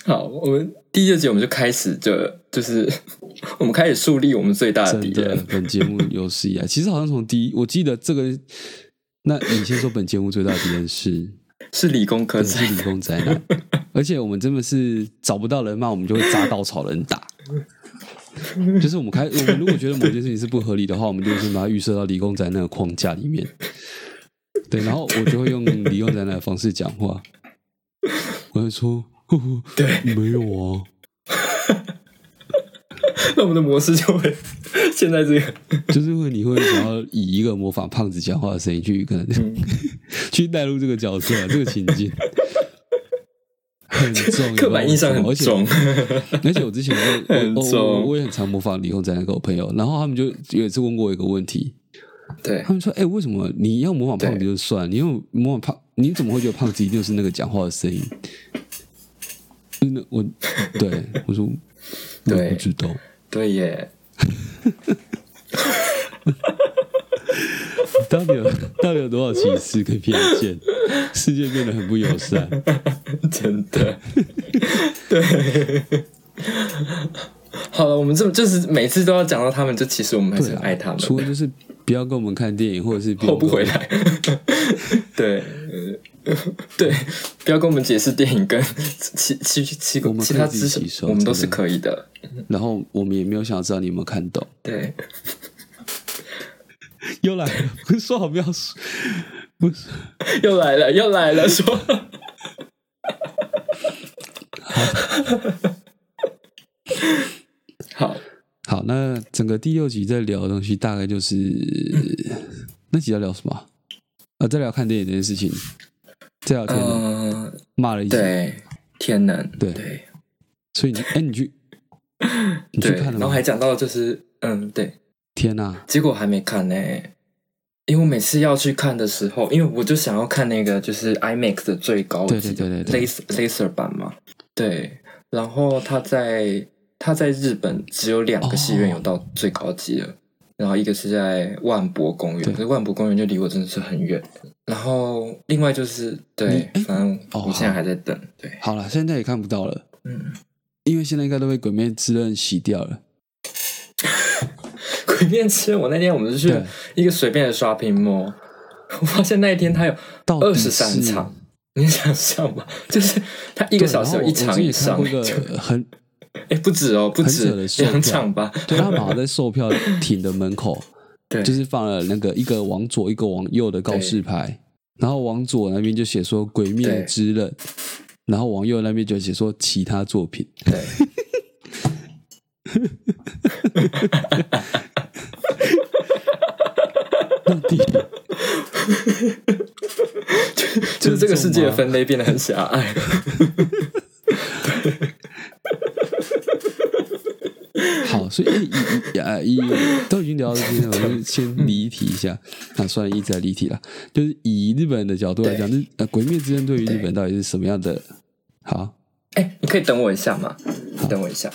[SPEAKER 2] 好，我们第六集我们就开始就就是 [LAUGHS] 我们开始树立我们最大的敌
[SPEAKER 1] 真的
[SPEAKER 2] 人，，
[SPEAKER 1] 本节目有史以来，其实好像从第一，我记得这个，那你先说本节目最大的敌人是，
[SPEAKER 2] 是理工科
[SPEAKER 1] 真的
[SPEAKER 2] 仔。
[SPEAKER 1] 是理工宅男，而且我们真的是找不到人骂，我们就会扎稻草人打。就是我们开，我们如果觉得某件事情是不合理的话，我们就是把它预设到理工宅那个框架里面。对，然后我就会用理工宅男的方式讲话，我会说， [LAUGHS] 呵呵
[SPEAKER 2] 对
[SPEAKER 1] 没有啊，
[SPEAKER 2] [LAUGHS] 那我们的模式就会 [LAUGHS] 现在这个 [LAUGHS]
[SPEAKER 1] 就是会你会想要以一个模仿胖子讲话的声音去跟、
[SPEAKER 2] 嗯
[SPEAKER 1] 能 [LAUGHS] 去带入这个角色、啊这个情
[SPEAKER 2] [LAUGHS]
[SPEAKER 1] 境，很重，
[SPEAKER 2] 刻板印象很
[SPEAKER 1] 而且
[SPEAKER 2] 重。
[SPEAKER 1] [LAUGHS] 而且我之前我
[SPEAKER 2] 很
[SPEAKER 1] 我我我
[SPEAKER 2] 重
[SPEAKER 1] 我也很常模仿李红仔那个我朋友，然后他们就有一次问过我一个问题，
[SPEAKER 2] 对
[SPEAKER 1] 他们说：“哎、为什么你要模仿胖子
[SPEAKER 2] 对
[SPEAKER 1] 就算，你用模仿胖，你怎么会觉得胖子一定是那个讲话的声音？”真的，我对我说，我
[SPEAKER 2] 对
[SPEAKER 1] 不知道。
[SPEAKER 2] 对耶， [LAUGHS]
[SPEAKER 1] 到底有到底有多少歧视跟偏 [LAUGHS] 见？世界变得很不友善。
[SPEAKER 2] 真的， [LAUGHS] 对。 [LAUGHS] 好了，我们这么就是每次都要讲到他们，就其实我们还是
[SPEAKER 1] 对
[SPEAKER 2] 很
[SPEAKER 1] 啊，
[SPEAKER 2] 爱他们，
[SPEAKER 1] 除了就是不要跟我们看电影，或者是不要
[SPEAKER 2] 后不
[SPEAKER 1] 跟我
[SPEAKER 2] 回
[SPEAKER 1] 们。
[SPEAKER 2] 来。 [LAUGHS] 对，呃对，不要跟我们解释电影跟其其其其
[SPEAKER 1] 我们
[SPEAKER 2] 其他
[SPEAKER 1] 可以
[SPEAKER 2] 知
[SPEAKER 1] 自己吸
[SPEAKER 2] 识，
[SPEAKER 1] 收啊
[SPEAKER 2] 我们都
[SPEAKER 1] 真的
[SPEAKER 2] 是可以的。
[SPEAKER 1] 然后我们也没有想要知道你有没有看懂。
[SPEAKER 2] 对，
[SPEAKER 1] 又来 [LAUGHS] 了，不是说好不要说，不是
[SPEAKER 2] 又来了，又来了，说好，
[SPEAKER 1] 好。那整个第六集在聊的东西，大概 [LAUGHS] 就是那集要聊什么啊？啊，在聊看电影这件事情，在聊天呢、
[SPEAKER 2] 嗯、
[SPEAKER 1] 骂了一集。
[SPEAKER 2] 对，天能，
[SPEAKER 1] 对
[SPEAKER 2] 对，
[SPEAKER 1] 所以你，哎、你去你去
[SPEAKER 2] 对，
[SPEAKER 1] 看了
[SPEAKER 2] 然后
[SPEAKER 1] 吗
[SPEAKER 2] 还？讲到就是，嗯，对，
[SPEAKER 1] 天啊哪、
[SPEAKER 2] 结果还没看呢、因为我每次要去看的时候，因为我就想要看那个就是 IMAX 的最高
[SPEAKER 1] 对
[SPEAKER 2] 级
[SPEAKER 1] 对对对对
[SPEAKER 2] laser laser 版嘛，对，然后它在它在日本只有两个戏院
[SPEAKER 1] 哦
[SPEAKER 2] 有到最高级了，然后一个是在万博公园，
[SPEAKER 1] 对
[SPEAKER 2] 可是万博公园就离我真的是很远，然后另外就是对，
[SPEAKER 1] 你哎
[SPEAKER 2] 反正
[SPEAKER 1] 哦
[SPEAKER 2] 我现在
[SPEAKER 1] 好
[SPEAKER 2] 还在等，对，
[SPEAKER 1] 好了，现在也看不到了，
[SPEAKER 2] 嗯，
[SPEAKER 1] 因为现在应该都被《鬼灭之刃》洗掉了。
[SPEAKER 2] [LAUGHS] 鬼面吃，我那天我们去
[SPEAKER 1] 对
[SPEAKER 2] 一个随便的刷屏幕，我发现那一天它有
[SPEAKER 1] 到
[SPEAKER 2] 二
[SPEAKER 1] 底是
[SPEAKER 2] 十三场，你想
[SPEAKER 1] [LAUGHS]
[SPEAKER 2] 象吗？就是它一
[SPEAKER 1] 一
[SPEAKER 2] 个小时有一场以上
[SPEAKER 1] 我，之前也看过
[SPEAKER 2] 就 [LAUGHS]
[SPEAKER 1] 一个很，
[SPEAKER 2] 哎不止哦，不
[SPEAKER 1] 很
[SPEAKER 2] 止
[SPEAKER 1] 扯的售票
[SPEAKER 2] 两场吧？
[SPEAKER 1] 对他们好像在售票亭的门口，
[SPEAKER 2] 对，
[SPEAKER 1] 就是放了那个一个往左一个往右的告示牌，然后往左那边就写说《鬼灭之刃》，然后往右那边就写说其他作品。
[SPEAKER 2] 对。
[SPEAKER 1] [LAUGHS] 到
[SPEAKER 2] [LAUGHS]
[SPEAKER 1] 底
[SPEAKER 2] 就是这个世界
[SPEAKER 1] 尊重
[SPEAKER 2] 的
[SPEAKER 1] 吗
[SPEAKER 2] 分类变得很狭隘。 [LAUGHS]
[SPEAKER 1] [LAUGHS] 好，所以诶一一呃一都已经聊到这边了，我就先离题一下。
[SPEAKER 2] 嗯
[SPEAKER 1] 啊，算了，一直在离题了。就是以日本的角度来讲，日呃《鬼灭之刃》对于日本到底是什么样的？好，
[SPEAKER 2] 哎、你可以等我一下吗？你等我一下，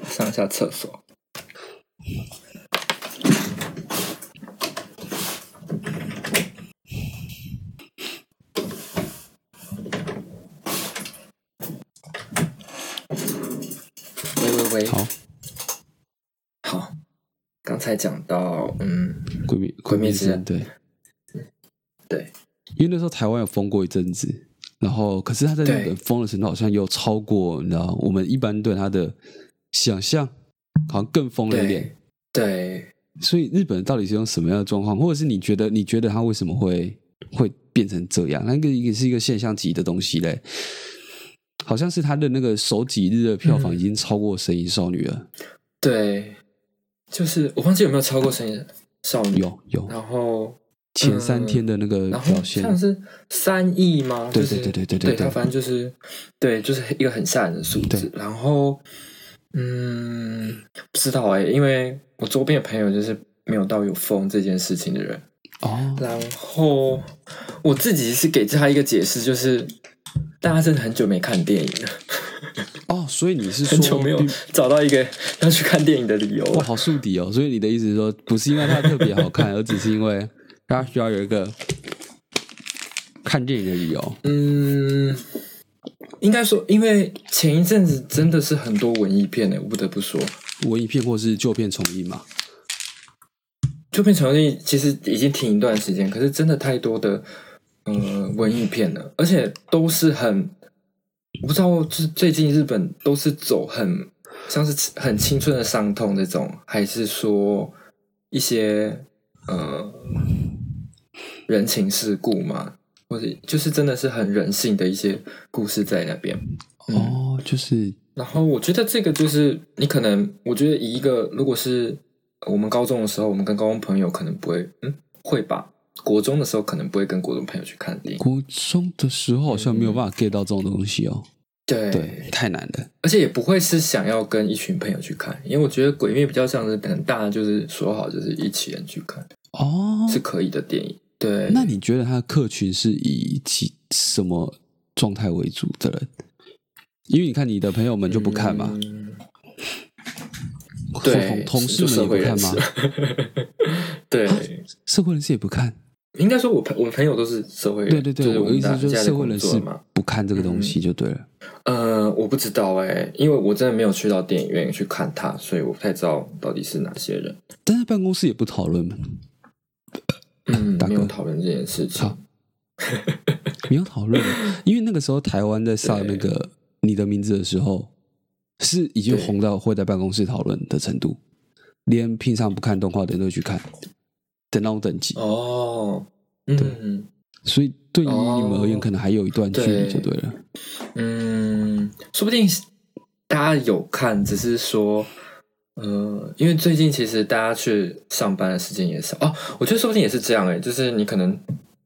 [SPEAKER 2] 我上一下厕所。喂喂喂，
[SPEAKER 1] 好，
[SPEAKER 2] 好，刚才讲到，嗯，
[SPEAKER 1] 《鬼灭》《
[SPEAKER 2] 鬼
[SPEAKER 1] 鬼
[SPEAKER 2] 灭
[SPEAKER 1] 灭
[SPEAKER 2] 之
[SPEAKER 1] 之刃》
[SPEAKER 2] 刃
[SPEAKER 1] 对，
[SPEAKER 2] 对，
[SPEAKER 1] 因为那时候台湾有封过一阵子，然后可是他在日
[SPEAKER 2] 对
[SPEAKER 1] 本封的程度好像又超过，你知道我们一般对他的想象，好像更疯了一点
[SPEAKER 2] 对。，对，
[SPEAKER 1] 所以日本到底是用什么样的状况，或者是你觉得你觉得他为什么会会变成这样？那个也是一个现象级的东西嘞，好像是他的那个首几日的票房已经超过《神隐少女》了，
[SPEAKER 2] 对，就是我忘记有没有超过神隐少女，
[SPEAKER 1] 有有
[SPEAKER 2] 然后
[SPEAKER 1] 前三天的那个
[SPEAKER 2] 呃然后
[SPEAKER 1] 表现，
[SPEAKER 2] 像是三亿吗？
[SPEAKER 1] 对
[SPEAKER 2] 就是
[SPEAKER 1] 对对对对
[SPEAKER 2] 对
[SPEAKER 1] 对
[SPEAKER 2] 它反正就是对，就是一个很吓人的数字。然后，嗯，不知道哎、因为我周边的朋友就是没有到有疯这件事情的人。
[SPEAKER 1] 哦，
[SPEAKER 2] 然后我自己是给他一个解释，就是大家真的很久没看电影了，
[SPEAKER 1] 哦，所以你是
[SPEAKER 2] 很久
[SPEAKER 1] 说
[SPEAKER 2] 没有
[SPEAKER 1] 并
[SPEAKER 2] 找到一个 [LAUGHS] 要去看电影的理由
[SPEAKER 1] 哇，
[SPEAKER 2] 了。
[SPEAKER 1] 好树敌哦！所以你的意思是说，不是因为它特别好
[SPEAKER 2] [LAUGHS]
[SPEAKER 1] 看，而只是因为它需要有一个看电影哦的理由。
[SPEAKER 2] 嗯，应该说，因为前一阵子真的是很多文艺片呢、欸我不得不说。
[SPEAKER 1] 文艺片或是旧片重映嘛？
[SPEAKER 2] 旧片重映其实已经停一段时间，可是真的太多的呃文艺片了，而且都是很，我不知道，就是最近日本都是走很像是很青春的伤痛这种，还是说一些呃人情世故嘛，或者就是真的是很人性的一些故事在那边。嗯
[SPEAKER 1] 哦，就是
[SPEAKER 2] 然后我觉得这个就是你可能，我觉得以一个如果是呃我们高中的时候，我们跟高中朋友可能不会，嗯，会吧。国中的时候可能不会跟国中朋友去看电影，
[SPEAKER 1] 国中的时候好像没有办法 get 到这种东西哦。
[SPEAKER 2] 对，
[SPEAKER 1] 对，太难了。
[SPEAKER 2] 而且也不会是想要跟一群朋友去看，因为我觉得《鬼灭》比较像是很大，就是说好就是一起人去看
[SPEAKER 1] 哦，
[SPEAKER 2] 是可以的电影。对，
[SPEAKER 1] 那你觉得它的客群是以几什么状态为主的人？因为你看你的朋友们就不看嘛，
[SPEAKER 2] 嗯
[SPEAKER 1] 同
[SPEAKER 2] 对，
[SPEAKER 1] 同事
[SPEAKER 2] 就
[SPEAKER 1] 们也
[SPEAKER 2] 社
[SPEAKER 1] 不
[SPEAKER 2] 会人
[SPEAKER 1] 看
[SPEAKER 2] 士
[SPEAKER 1] 吗？？
[SPEAKER 2] [LAUGHS] 对，
[SPEAKER 1] 社会人士也不看。
[SPEAKER 2] 应该说我朋我朋友都是社会人，
[SPEAKER 1] 对对对，
[SPEAKER 2] 就是
[SPEAKER 1] 我的
[SPEAKER 2] 我们
[SPEAKER 1] 意
[SPEAKER 2] 大
[SPEAKER 1] 思就是
[SPEAKER 2] 家在
[SPEAKER 1] 社会
[SPEAKER 2] 工
[SPEAKER 1] 人
[SPEAKER 2] 作
[SPEAKER 1] 士
[SPEAKER 2] 嘛。
[SPEAKER 1] 不看这个东西就对了。
[SPEAKER 2] 呃，我不知道哎、因为我真的没有去到电影院去看它，所以我不太知道到底是哪些人。
[SPEAKER 1] 但是办公室也不讨论嘛，
[SPEAKER 2] 嗯
[SPEAKER 1] 大，哥
[SPEAKER 2] 没有讨论这件事情
[SPEAKER 1] 好。没有讨
[SPEAKER 2] [LAUGHS]
[SPEAKER 1] 论，因为那个时候台湾在上那个《你的名字》的时候，是已经
[SPEAKER 2] 对
[SPEAKER 1] 红到会在办公室讨论的程度，连平常不看动画的人都去看的那种等级，
[SPEAKER 2] 哦，嗯
[SPEAKER 1] 所以对于你们而言，
[SPEAKER 2] 哦
[SPEAKER 1] 可能还有一段距离就对了。
[SPEAKER 2] 嗯，说不定大家有看，只是说，呃，因为最近其实大家去上班的时间也少哦，我觉得说不定也是这样哎、就是你可能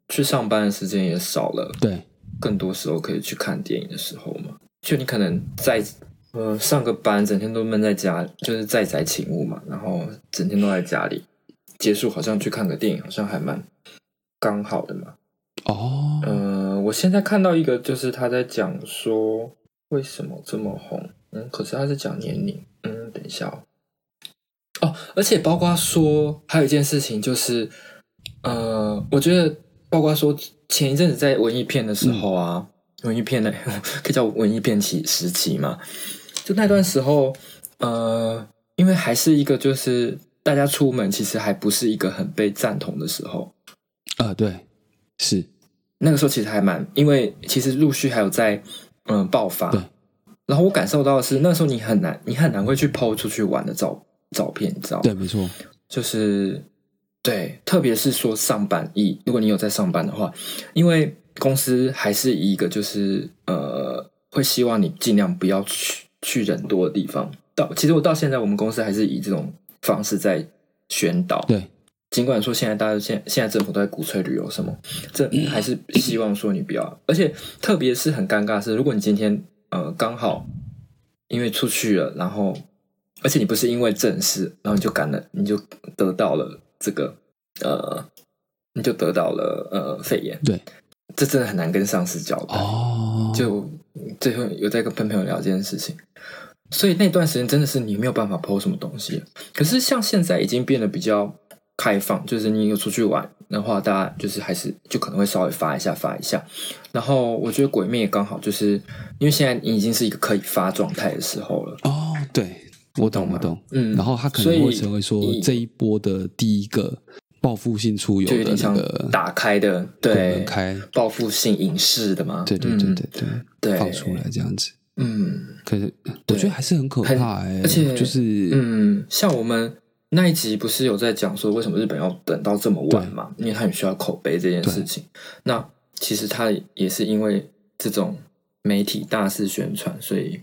[SPEAKER 2] 去上班的时间也少了，
[SPEAKER 1] 对，
[SPEAKER 2] 更多时候可以去看电影的时候嘛，就你可能在呃，上个班整天都闷在家，就是在宅勤务嘛，然后整天都在家里，结束好像去看个电影，好像还蛮刚好的嘛。
[SPEAKER 1] 哦，
[SPEAKER 2] 呃，我现在看到一个，就是他在讲说为什么这么红，嗯，可是他是讲年龄，嗯，等一下哦，哦，而且包括说还有一件事情就是，呃，我觉得包括说前一阵子在文艺片的时候啊，文艺片呢 [LAUGHS] 可以叫文艺片期时期嘛，就那段时候，呃，因为还是一个就是大家出门其实还不是一个很被赞同的时候，
[SPEAKER 1] 啊，对，是
[SPEAKER 2] 那个时候其实还蛮，因为其实陆续还有在嗯爆发
[SPEAKER 1] 对。
[SPEAKER 2] 然后我感受到的是，那时候你很难，你很难会去抛出去玩的照照片，你知道吗？
[SPEAKER 1] 对，没错，
[SPEAKER 2] 就是对，特别是说上班一，如果你有在上班的话，因为公司还是以一个就是呃，会希望你尽量不要去去人多的地方。到其实我到现在，我们公司还是以这种方式在宣导。
[SPEAKER 1] 对，
[SPEAKER 2] 尽管说现在大家现现在政府都在鼓吹旅游什么，这还是希望说你不要，而且特别是很尴尬是，如果你今天呃刚好因为出去了，然后而且你不是因为正事，然后你就感了，你就得到了这个呃，你就得到了呃肺炎，
[SPEAKER 1] 对，
[SPEAKER 2] 这真的很难跟上司交代。
[SPEAKER 1] 哦，
[SPEAKER 2] 就最后有在跟朋友聊这件事情，所以那段时间真的是你没有办法 PO 什么东西。可是像现在已经变得比较开放，就是你有出去玩的话，大家就是还是就可能会稍微发一下发一下。然后我觉得《鬼灭》刚好就是因为现在你已经是一个可以发状态的时候了，
[SPEAKER 1] 哦，对，我懂，
[SPEAKER 2] 懂吗
[SPEAKER 1] 我懂。
[SPEAKER 2] 嗯
[SPEAKER 1] 然后他可
[SPEAKER 2] 所以
[SPEAKER 1] 能会成为说
[SPEAKER 2] 以
[SPEAKER 1] 这一波的第一个报复性出游
[SPEAKER 2] 就有
[SPEAKER 1] 的
[SPEAKER 2] 点
[SPEAKER 1] 那
[SPEAKER 2] 像
[SPEAKER 1] 个
[SPEAKER 2] 打开的
[SPEAKER 1] 鬼
[SPEAKER 2] 对
[SPEAKER 1] 门开，
[SPEAKER 2] 报复性影视的嘛，
[SPEAKER 1] 对对对
[SPEAKER 2] 嗯
[SPEAKER 1] 对对，
[SPEAKER 2] 对
[SPEAKER 1] 放出来这样子。
[SPEAKER 2] 嗯
[SPEAKER 1] 可是我觉得还是很可怕哎、
[SPEAKER 2] 而且
[SPEAKER 1] 就是
[SPEAKER 2] 嗯，像我们那一集不是有在讲说，为什么日本要等到这么晚嘛？因为它很需要口碑这件事情。那其实它也是因为这种媒体大肆宣传，所以，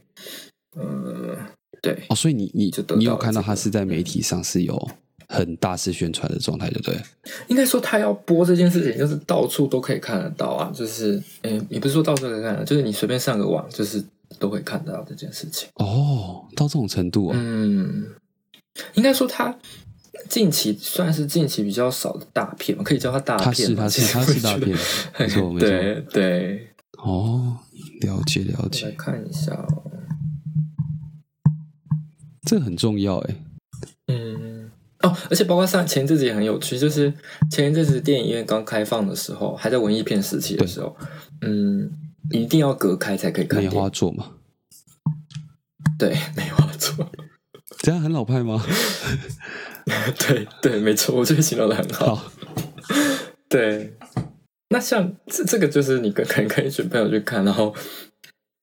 [SPEAKER 2] 呃，对，
[SPEAKER 1] 哦，所以你你
[SPEAKER 2] 就得到了
[SPEAKER 1] 你有看到
[SPEAKER 2] 这个
[SPEAKER 1] 他是在媒体上是有很大肆宣传的状态，对不对？
[SPEAKER 2] 应该说他要播这件事情，就是到处都可以看得到啊。就是，嗯，也不是说到处都可以看得到，就是你随便上个网，就是都会看得到这件事情。
[SPEAKER 1] 哦，到这种程度啊，
[SPEAKER 2] 嗯，应该说他近期算是近期比较少的大片嘛，可以叫它大
[SPEAKER 1] 他
[SPEAKER 2] 片
[SPEAKER 1] 是
[SPEAKER 2] 吗
[SPEAKER 1] 他
[SPEAKER 2] 其
[SPEAKER 1] 是
[SPEAKER 2] 实
[SPEAKER 1] 他
[SPEAKER 2] 我
[SPEAKER 1] 是
[SPEAKER 2] 觉
[SPEAKER 1] 大
[SPEAKER 2] 得
[SPEAKER 1] 片，
[SPEAKER 2] [LAUGHS]
[SPEAKER 1] 没错 [LAUGHS] 没错。
[SPEAKER 2] 对对，
[SPEAKER 1] 哦，了解了
[SPEAKER 2] 我来
[SPEAKER 1] 解，
[SPEAKER 2] 看一下、哦。
[SPEAKER 1] 这很重要哎、
[SPEAKER 2] 嗯，哦，而且包括上前一阵子也很有趣，就是前一阵子电影院刚开放的时候，还在文艺片时期的时候，嗯，一定要隔开才可以看
[SPEAKER 1] 梅
[SPEAKER 2] 电
[SPEAKER 1] 花
[SPEAKER 2] 影。
[SPEAKER 1] 座嘛，
[SPEAKER 2] 对，梅花座， [LAUGHS]
[SPEAKER 1] 这样很老派吗？
[SPEAKER 2] 对对，没错，我觉得形容的很好。
[SPEAKER 1] 好，
[SPEAKER 2] 对，那像这这个就是你跟可能跟一群朋友去看，然后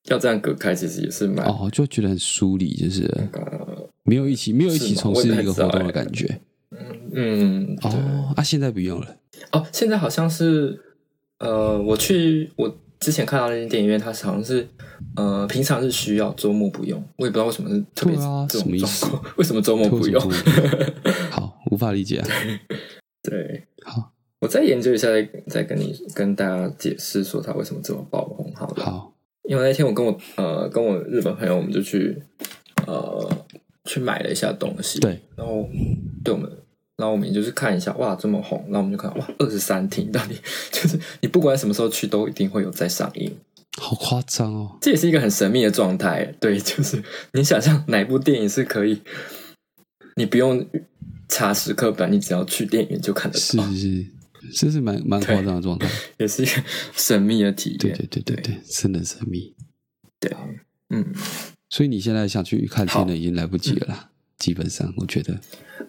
[SPEAKER 2] 要这样隔开，其实也是蛮、
[SPEAKER 1] 哦，就觉得很疏离，就是
[SPEAKER 2] 那个，
[SPEAKER 1] 没有一起没有一
[SPEAKER 2] 是
[SPEAKER 1] 起
[SPEAKER 2] 吗
[SPEAKER 1] 从
[SPEAKER 2] 我
[SPEAKER 1] 事
[SPEAKER 2] 也不
[SPEAKER 1] 那
[SPEAKER 2] 太
[SPEAKER 1] 个
[SPEAKER 2] 知道
[SPEAKER 1] 活动
[SPEAKER 2] 欸
[SPEAKER 1] 的感觉。
[SPEAKER 2] 嗯，对。
[SPEAKER 1] 哦，啊，现在不用了。
[SPEAKER 2] 哦，现在好像是，呃，我去我之前看到那间电影院，它是好像是，呃，平常是需要，周末不用。我也不知道为什么是特别
[SPEAKER 1] 对啊
[SPEAKER 2] 这
[SPEAKER 1] 什么
[SPEAKER 2] 种
[SPEAKER 1] 意
[SPEAKER 2] 状
[SPEAKER 1] 思
[SPEAKER 2] 况，为什么周末 [LAUGHS] 不用
[SPEAKER 1] 为？什好，无法理解、啊。
[SPEAKER 2] [LAUGHS] 对，
[SPEAKER 1] 好，
[SPEAKER 2] 我再研究一下再，再跟你跟大家解释说它为什么这么爆红好了。
[SPEAKER 1] 好，
[SPEAKER 2] 因为那天我跟我呃跟我日本朋友，我们就去呃去买了一下东西，
[SPEAKER 1] 对，
[SPEAKER 2] 然后对我们，然后我们也就是看一下，哇，这么红，然后我们就看哇，二十三厅到底就是你不管什么时候去，都一定会有在上映，
[SPEAKER 1] 好夸张哦。
[SPEAKER 2] 这也是一个很神秘的状态，对，就是你想象哪部电影是可以，你不用查时刻表，你只要去电影院就看得
[SPEAKER 1] 是
[SPEAKER 2] 到，
[SPEAKER 1] 是是，这是蛮蛮夸张的状态。
[SPEAKER 2] [LAUGHS] 也是一个神秘的体验，
[SPEAKER 1] 对对对对对，真的神秘。
[SPEAKER 2] 对，嗯。
[SPEAKER 1] 所以你现在想去看
[SPEAKER 2] 好嗯
[SPEAKER 1] 真的已经来不及了啦，基本上我觉得。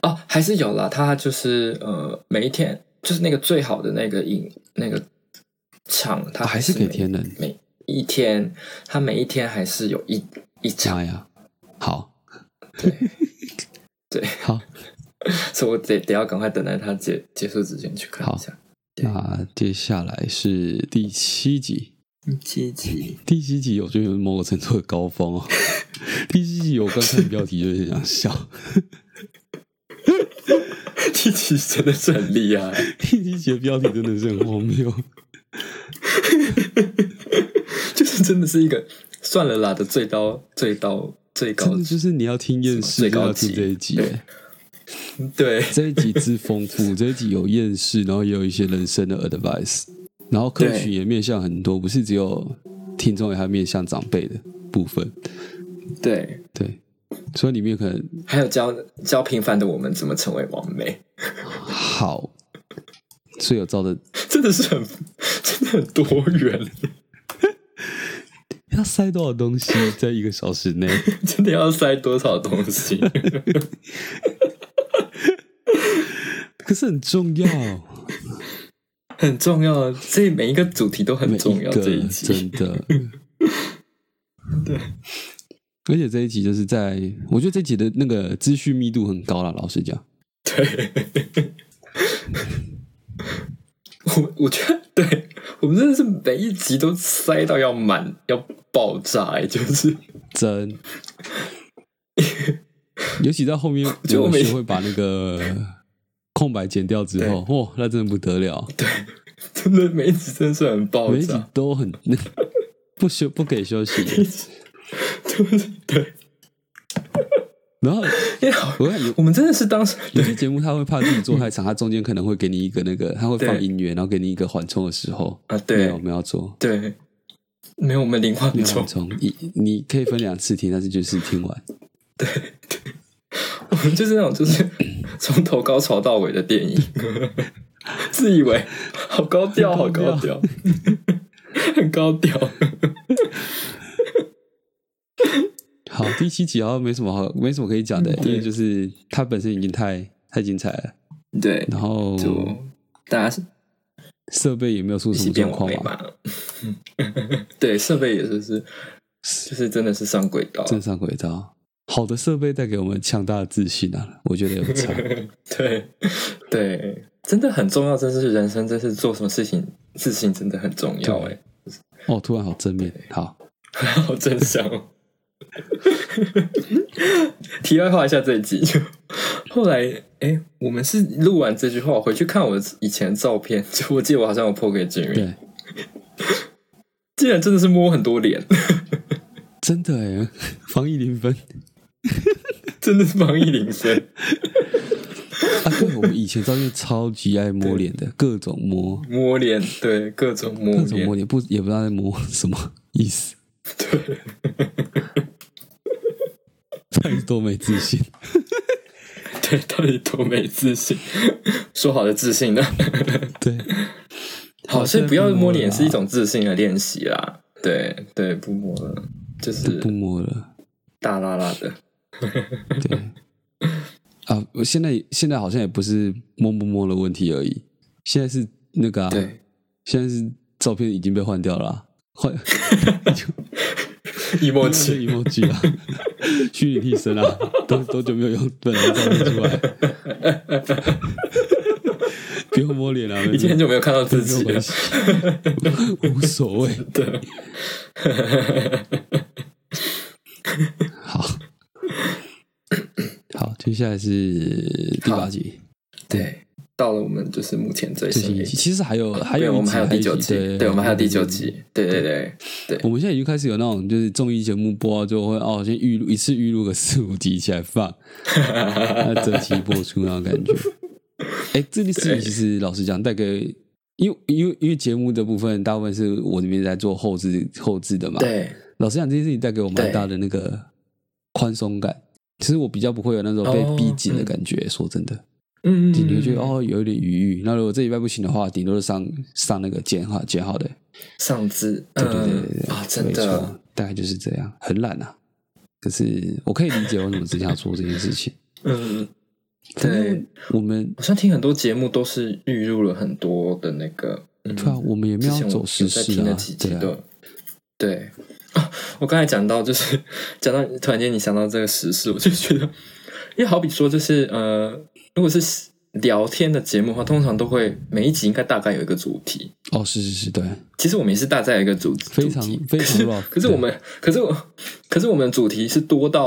[SPEAKER 2] 哦，还是有啦，它就是呃，每一天就是那个最好的那个影那个场，它
[SPEAKER 1] 哦还是
[SPEAKER 2] 每
[SPEAKER 1] 给天人
[SPEAKER 2] 每一天，它每一天还是有一一场，
[SPEAKER 1] 妈呀，好， [LAUGHS]
[SPEAKER 2] 对，
[SPEAKER 1] 好，
[SPEAKER 2] 所以我得得要赶快等待它结结束之前去看一下。对
[SPEAKER 1] 那接下来是第七集。
[SPEAKER 2] 积极，
[SPEAKER 1] 第七集我觉得有某种程度的高峰哦。第七集我刚看标题就是想笑，
[SPEAKER 2] [LAUGHS] 积极真的是很厉害， [LAUGHS]
[SPEAKER 1] 第七集的标题真的是很荒谬。
[SPEAKER 2] 就是真的是一个算了啦的最高最高最高
[SPEAKER 1] 真的就是你要听厌世，
[SPEAKER 2] 最
[SPEAKER 1] 就
[SPEAKER 2] 高
[SPEAKER 1] 要听
[SPEAKER 2] 级
[SPEAKER 1] 这一集。
[SPEAKER 2] 对对
[SPEAKER 1] 这一集之丰
[SPEAKER 2] [LAUGHS]
[SPEAKER 1] 富，这一集有厌世，然后也有一些人生的 advice，然后客群
[SPEAKER 2] 对
[SPEAKER 1] 也面向很多，不是只有听众，也还面向长辈的部分。
[SPEAKER 2] 对，
[SPEAKER 1] 对，所以里面可能
[SPEAKER 2] 还有教教平凡的我们怎么成为完美，
[SPEAKER 1] 好，所以有照的
[SPEAKER 2] 真的是很真的很多元，
[SPEAKER 1] 要塞多少东西在一个小时
[SPEAKER 2] [LAUGHS]
[SPEAKER 1] 内？
[SPEAKER 2] 真的要塞多少东西？
[SPEAKER 1] 可是很重要，
[SPEAKER 2] [LAUGHS] 很重要，这每一个主题都
[SPEAKER 1] 每
[SPEAKER 2] 很
[SPEAKER 1] 一
[SPEAKER 2] 重要。
[SPEAKER 1] 个
[SPEAKER 2] 这一
[SPEAKER 1] 真
[SPEAKER 2] 集， [LAUGHS]
[SPEAKER 1] 的。而且这一集就是在，我觉得这一集的那个资讯密度很高啦，老实讲，
[SPEAKER 2] [LAUGHS] 对， [LAUGHS] 我我觉得，对我们真的是每一集都塞到要满要爆炸、欸，就是
[SPEAKER 1] 真。 [LAUGHS] 尤其在后面，
[SPEAKER 2] [LAUGHS] 就
[SPEAKER 1] 我
[SPEAKER 2] 每
[SPEAKER 1] 们学会把那个空白剪掉之后，哇、那真的不得了，
[SPEAKER 2] 真的每一集真的是很爆
[SPEAKER 1] 每一集
[SPEAKER 2] 炸，
[SPEAKER 1] 都很 [LAUGHS] 不休不给休息。
[SPEAKER 2] [LAUGHS] 就是对，
[SPEAKER 1] 然后
[SPEAKER 2] 因为好，
[SPEAKER 1] 我看有
[SPEAKER 2] 我们真的是当时
[SPEAKER 1] 有些节目他会怕自己做太长，他中间可能会给你一个那个，他会放
[SPEAKER 2] 对
[SPEAKER 1] 音乐，然后给你一个缓冲的时候。
[SPEAKER 2] 啊，
[SPEAKER 1] 没有，我
[SPEAKER 2] 对
[SPEAKER 1] 们要做，
[SPEAKER 2] 对，没有我们零缓
[SPEAKER 1] 没有
[SPEAKER 2] 冲
[SPEAKER 1] 缓，冲。你你可以分两次听，但是就是听完。
[SPEAKER 2] 我们就是那种就是 [COUGHS] 从头高潮到尾的电影，自以为好高调，好
[SPEAKER 1] 很高
[SPEAKER 2] 高调， [LAUGHS] 很高调。 [LAUGHS]
[SPEAKER 1] 好，第七集好像没什么好，没什么可以讲的，
[SPEAKER 2] 嗯
[SPEAKER 1] 因为就是它本身已经太太精彩了，
[SPEAKER 2] 对，
[SPEAKER 1] 然后
[SPEAKER 2] 就大家
[SPEAKER 1] 设备也没有出
[SPEAKER 2] 一
[SPEAKER 1] 什
[SPEAKER 2] 起
[SPEAKER 1] 么
[SPEAKER 2] 变
[SPEAKER 1] 嗯状况
[SPEAKER 2] 完
[SPEAKER 1] 啊
[SPEAKER 2] 美
[SPEAKER 1] 嘛，
[SPEAKER 2] 吧。 [LAUGHS] 对，设备也是是，就是真的是上轨道。
[SPEAKER 1] [LAUGHS] 正上轨道。好的设备带给我们强大的自信啊，我觉得也不
[SPEAKER 2] [LAUGHS]
[SPEAKER 1] 差。
[SPEAKER 2] 对对，真的很重要，真是人生，真是做什么事情，自信真的很重要。哎，
[SPEAKER 1] 哦，突然好正面，好，
[SPEAKER 2] [LAUGHS] 好正向哦。题外话一下这一集，就后来哎、诶我们是录完这句话，我回去看我以前的照片，就我记得我好像有 po 给 Jimmy，
[SPEAKER 1] 对，
[SPEAKER 2] 竟然真的是摸很多脸， [LAUGHS]
[SPEAKER 1] 真的哎， [LAUGHS] 防疫零分
[SPEAKER 2] 真的是防疫零分，
[SPEAKER 1] 啊！对，我们以前照片超级爱摸
[SPEAKER 2] [LAUGHS]
[SPEAKER 1] 脸的，各种摸，
[SPEAKER 2] 摸脸，对，各种摸
[SPEAKER 1] 各种
[SPEAKER 2] 脸，
[SPEAKER 1] 摸脸，不也不知道在摸什么意
[SPEAKER 2] [LAUGHS]
[SPEAKER 1] 思，
[SPEAKER 2] 对，
[SPEAKER 1] 到底多没自信。
[SPEAKER 2] [LAUGHS] 对，到底多没自信？ [LAUGHS] 说好的自信呢？ [LAUGHS]
[SPEAKER 1] 对，
[SPEAKER 2] 好，所以不
[SPEAKER 1] 啊
[SPEAKER 2] 要摸脸是一
[SPEAKER 1] 种
[SPEAKER 2] 种自信的练习啦。对对，不摸了，就是
[SPEAKER 1] 不摸了。
[SPEAKER 2] 大拉拉的。 [LAUGHS]
[SPEAKER 1] 对，啊，我现在现在好像也不是摸不摸的问题而已，现在是那个、啊， [LAUGHS]
[SPEAKER 2] 对，
[SPEAKER 1] 现在是照片已经被换掉了啊、换
[SPEAKER 2] emoji，
[SPEAKER 1] emoji 啊，虚拟替身啊，多多久没有用本人照片出来？ [LAUGHS] 不用摸脸了、啊，
[SPEAKER 2] 已经很久没有看到
[SPEAKER 1] 没
[SPEAKER 2] 自
[SPEAKER 1] 有
[SPEAKER 2] 己了
[SPEAKER 1] 关。系，无所谓。
[SPEAKER 2] [LAUGHS] 对，
[SPEAKER 1] [LAUGHS] 好，好，接下来是第八集，
[SPEAKER 2] 对，到了我们就是目前最
[SPEAKER 1] 最新
[SPEAKER 2] 新
[SPEAKER 1] 一
[SPEAKER 2] 一
[SPEAKER 1] 集。
[SPEAKER 2] 集，
[SPEAKER 1] 其实还有还
[SPEAKER 2] 对
[SPEAKER 1] 有一
[SPEAKER 2] 我们
[SPEAKER 1] 集
[SPEAKER 2] 还有第
[SPEAKER 1] 一
[SPEAKER 2] 九
[SPEAKER 1] 集
[SPEAKER 2] 集，
[SPEAKER 1] 对
[SPEAKER 2] 对，我们还有第九。集，对对对
[SPEAKER 1] 我们现在已经开始有那种，就是综艺节目播到就会哦，先预录一次预录个四五集起来
[SPEAKER 2] [LAUGHS]
[SPEAKER 1] 放，那择期播出那种感觉。哎，这件事情其实老实讲，带给因为因为因为节目的部分大部分是我这边在做后置后置的嘛，
[SPEAKER 2] 对
[SPEAKER 1] 老实讲，这件事情带给我蛮大的那个宽松感。其实我比较不会有那种被逼紧的感觉。说真的，
[SPEAKER 2] 哦嗯，
[SPEAKER 1] 你会觉得哦，有一点余裕。那如果这礼拜不行的话，顶多是上上那个剪好剪好的。
[SPEAKER 2] 上肢，
[SPEAKER 1] 对对对对
[SPEAKER 2] 嗯
[SPEAKER 1] 对，
[SPEAKER 2] 啊，真
[SPEAKER 1] 没
[SPEAKER 2] 的，
[SPEAKER 1] 错，大概就是这样，很懒啊。可是我可以理解为什么只想做这件事情。
[SPEAKER 2] 嗯，
[SPEAKER 1] 反
[SPEAKER 2] 对
[SPEAKER 1] 正，我们
[SPEAKER 2] 好像听很多节目都是预入了很多的那个，嗯
[SPEAKER 1] 对啊，我们也没
[SPEAKER 2] 之
[SPEAKER 1] 有
[SPEAKER 2] 前
[SPEAKER 1] 要
[SPEAKER 2] 我
[SPEAKER 1] 走时
[SPEAKER 2] 有在
[SPEAKER 1] 事
[SPEAKER 2] 听了
[SPEAKER 1] 啊
[SPEAKER 2] 几，集
[SPEAKER 1] 对啊，
[SPEAKER 2] 的，对 [LAUGHS] 啊，我刚才讲到就是讲到突然间你想到这个时事，我就觉得，因为好比说就是呃，如果是聊天的节目的话，通常都会每一集应该大概有一个主题，
[SPEAKER 1] 哦，是是是，对，
[SPEAKER 2] 其实我们也是大概有一个主
[SPEAKER 1] 非常
[SPEAKER 2] 主题
[SPEAKER 1] 非常 rough，
[SPEAKER 2] 可是
[SPEAKER 1] 对
[SPEAKER 2] 我们，可是我，可是我们主题是多到，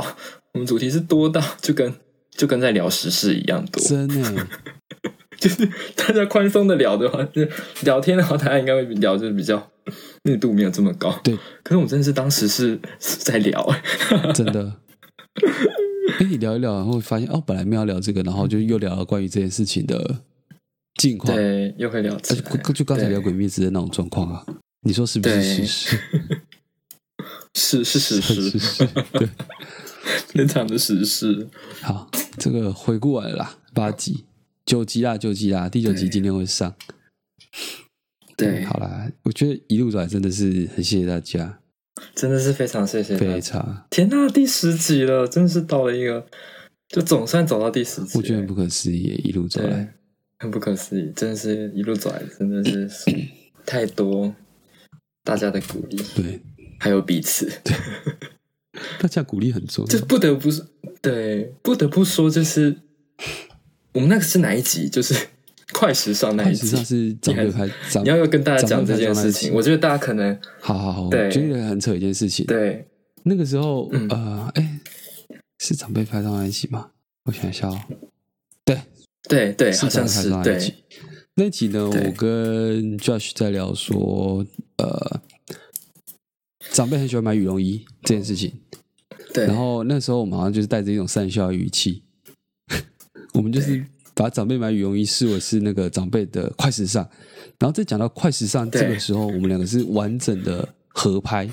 [SPEAKER 2] 我们主题是多到就跟就跟在聊时事一样多，
[SPEAKER 1] 真
[SPEAKER 2] [LAUGHS]
[SPEAKER 1] 的。
[SPEAKER 2] 就是大家宽松的聊的话，就是聊天的话，大家应该会聊就是比较密度没有这么高。
[SPEAKER 1] 对，
[SPEAKER 2] 可是我们真的是当时是是在聊，
[SPEAKER 1] 真的，哎，聊一聊，然后发现哦，本来没有聊这个，然后就又聊了关于这件事情的近况，而
[SPEAKER 2] 对，又会聊起
[SPEAKER 1] 且
[SPEAKER 2] 来
[SPEAKER 1] 就就刚才
[SPEAKER 2] 对
[SPEAKER 1] 聊《鬼灭之刃》那种状况啊，你说是不是事
[SPEAKER 2] 对
[SPEAKER 1] 实？
[SPEAKER 2] 是是
[SPEAKER 1] [LAUGHS] 是
[SPEAKER 2] 史实，
[SPEAKER 1] 事实，对。
[SPEAKER 2] 非常的史实。
[SPEAKER 1] 好，这个回顾完了啦，八集、九集啦，九集啦，第九集
[SPEAKER 2] 对
[SPEAKER 1] 今天会上。
[SPEAKER 2] 对，
[SPEAKER 1] 嗯好啦，我觉得一路走来真的是很谢谢大家，
[SPEAKER 2] 真的是非常谢谢大
[SPEAKER 1] 非
[SPEAKER 2] 家。
[SPEAKER 1] 常，
[SPEAKER 2] 天呐，第十集了，真的是到了一个，就总算走到第十集了，
[SPEAKER 1] 我觉得很不可思议，一路走
[SPEAKER 2] 对
[SPEAKER 1] 来。，
[SPEAKER 2] 很不可思议，真的是一路走来，真的是
[SPEAKER 1] [CLEARS THROAT]
[SPEAKER 2] 太多大家的鼓励，
[SPEAKER 1] 对，
[SPEAKER 2] 还有彼此，
[SPEAKER 1] 大家鼓励很啊重
[SPEAKER 2] 这
[SPEAKER 1] 要。
[SPEAKER 2] 不得不是对，不得不说，就是我们那个是哪一集？就是 [LAUGHS] 快时尚那一
[SPEAKER 1] 实际上
[SPEAKER 2] 集。
[SPEAKER 1] 是长辈拍，长
[SPEAKER 2] 你要要跟大家讲这件事情，我
[SPEAKER 1] 我
[SPEAKER 2] 觉得大家可能
[SPEAKER 1] 好好好，我
[SPEAKER 2] 对
[SPEAKER 1] 觉得很扯一件事情。
[SPEAKER 2] 对
[SPEAKER 1] 那个时候，
[SPEAKER 2] 嗯
[SPEAKER 1] 呃，哎，是长辈拍到在一起吗？我想一下哦，对，
[SPEAKER 2] 对对，
[SPEAKER 1] 是
[SPEAKER 2] 好像
[SPEAKER 1] 长辈拍
[SPEAKER 2] 是
[SPEAKER 1] 到在
[SPEAKER 2] 对
[SPEAKER 1] 一起。那集呢，
[SPEAKER 2] 对
[SPEAKER 1] 我跟 Josh 在聊说，呃，长辈很喜欢买羽绒衣这件事情。
[SPEAKER 2] 对，
[SPEAKER 1] 然后那时候我们好像就是带着一种善笑的语气， [LAUGHS] 我们就是把长辈买羽绒衣视为是那个长辈的快时尚。然后再讲到快时尚这
[SPEAKER 2] 对
[SPEAKER 1] 个时候，我们两个是完整的合拍。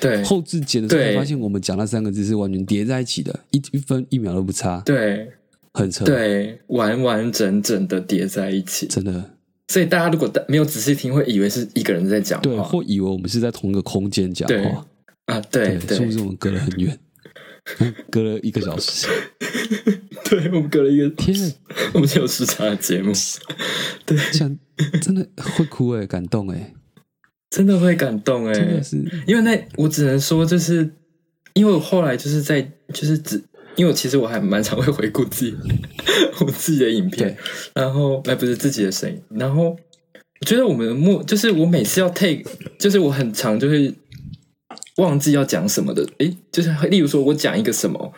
[SPEAKER 2] 对
[SPEAKER 1] 后置剪的时候，
[SPEAKER 2] 对
[SPEAKER 1] 才发现我们讲那三个字是完全叠在一起的，一一分一秒都不差，
[SPEAKER 2] 对
[SPEAKER 1] 很扯。，
[SPEAKER 2] 对，完完整整的叠在一起，
[SPEAKER 1] 真的
[SPEAKER 2] 所以大家如果没有仔细听，会以为是一个人在讲
[SPEAKER 1] 对，
[SPEAKER 2] 话
[SPEAKER 1] 或以为我们是在同一个空间讲
[SPEAKER 2] 对
[SPEAKER 1] 话。
[SPEAKER 2] 啊，
[SPEAKER 1] 是
[SPEAKER 2] 对
[SPEAKER 1] 不
[SPEAKER 2] 对
[SPEAKER 1] 是我们隔了很远？ [LAUGHS] 隔了一个小
[SPEAKER 2] [LAUGHS]
[SPEAKER 1] 时，
[SPEAKER 2] 对，我们隔了一个，
[SPEAKER 1] 天啊，
[SPEAKER 2] 我们是有时差的
[SPEAKER 1] [LAUGHS]
[SPEAKER 2] 节目，
[SPEAKER 1] 想真的会哭哎、感动哎、
[SPEAKER 2] 真的会感动哎、
[SPEAKER 1] 真的是
[SPEAKER 2] 因为那我只能说，就是因为我后来就是在就是只，因为我其实我还蛮常会回顾自己 [LAUGHS] 我自己的影片
[SPEAKER 1] 对，
[SPEAKER 2] 然后哎不是自己的声音，然后我觉得我们的默就是我每次要 take，就是我很常就会忘记要讲什么的，诶，就是例如说我讲一个什么，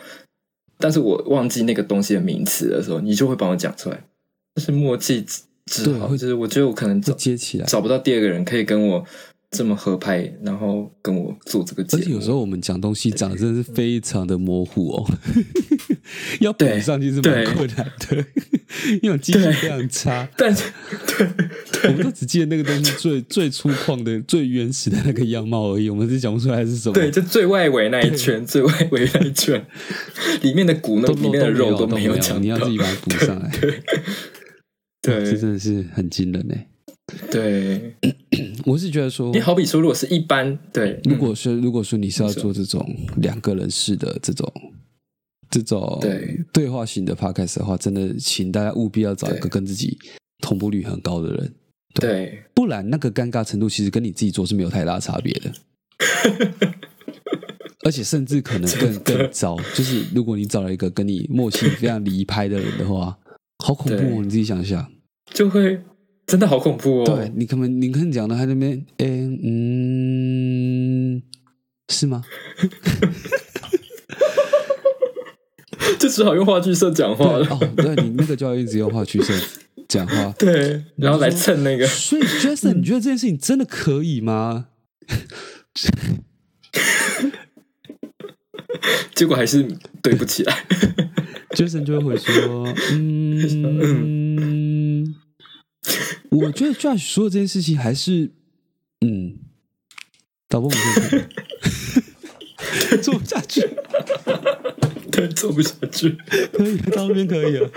[SPEAKER 2] 但是我忘记那个东西的名词的时候，你就会帮我讲出来，就是默契之之
[SPEAKER 1] 对
[SPEAKER 2] 好，
[SPEAKER 1] 会
[SPEAKER 2] 就是我觉得我可能
[SPEAKER 1] 会
[SPEAKER 2] 找
[SPEAKER 1] 接起来。
[SPEAKER 2] 找不到第二个人可以跟我这么合拍，然后跟我做这个节
[SPEAKER 1] 而
[SPEAKER 2] 目。
[SPEAKER 1] 且有时候我们讲东西讲的真的是非常的模糊哦， [LAUGHS] 要补
[SPEAKER 2] 对
[SPEAKER 1] 上去是蛮
[SPEAKER 2] 对
[SPEAKER 1] 困难的， [LAUGHS] 因为我记性非常差，
[SPEAKER 2] 但
[SPEAKER 1] [LAUGHS]
[SPEAKER 2] 是对
[SPEAKER 1] 我们都只记得那个东西最 [LAUGHS] 最粗犷的、最原始的那个样貌而已，我们是讲不出来是什么。
[SPEAKER 2] 对，就最外围那
[SPEAKER 1] [LAUGHS]
[SPEAKER 2] 一圈，最外围那一圈，里面的骨那
[SPEAKER 1] 都
[SPEAKER 2] 里
[SPEAKER 1] 肉
[SPEAKER 2] 面的肉
[SPEAKER 1] 都
[SPEAKER 2] 没
[SPEAKER 1] 有，
[SPEAKER 2] 讲到。
[SPEAKER 1] 你要
[SPEAKER 2] [LAUGHS]
[SPEAKER 1] 自己把它补上来，这
[SPEAKER 2] 对
[SPEAKER 1] 真的是很惊人哎、
[SPEAKER 2] 对，
[SPEAKER 1] 我是觉得说
[SPEAKER 2] 你，好比说，如果是一般对，
[SPEAKER 1] 如
[SPEAKER 2] 嗯
[SPEAKER 1] 果是如果说你是要
[SPEAKER 2] 你说
[SPEAKER 1] 做这种两个人式的这种这种
[SPEAKER 2] 嗯对
[SPEAKER 1] 对话型的 podcast 的话，真的请大家务必要找一
[SPEAKER 2] 对
[SPEAKER 1] 个跟自己同步率很高的人，
[SPEAKER 2] 对
[SPEAKER 1] 不然那个尴尬程度其实跟你自己做是没有太大差别的。而且甚至可能更更糟，就是如果你找了一个跟你默契非常离拍的人的话，好恐怖
[SPEAKER 2] 对
[SPEAKER 1] 哦！你自己想想，
[SPEAKER 2] 就会真的好恐怖哦。
[SPEAKER 1] 对你可能你可能讲到他那边，哎、嗯，是吗？
[SPEAKER 2] 就只好用话剧社讲话
[SPEAKER 1] 对
[SPEAKER 2] 了。
[SPEAKER 1] 哦，对你那个就要一直用话去说讲话。
[SPEAKER 2] 对，然后来蹭那个，
[SPEAKER 1] 所以 Jason，你觉得这件事情真的可以吗？
[SPEAKER 2] 结果还是对不起来。 [LAUGHS]
[SPEAKER 1] Jason 就会回说，嗯，我觉得 Josh 说的这件事情还是，嗯，导播我们先看 [LAUGHS] 做不下
[SPEAKER 2] [LAUGHS]
[SPEAKER 1] 去，
[SPEAKER 2] 对，做不下去，
[SPEAKER 1] 可以到那边可以了。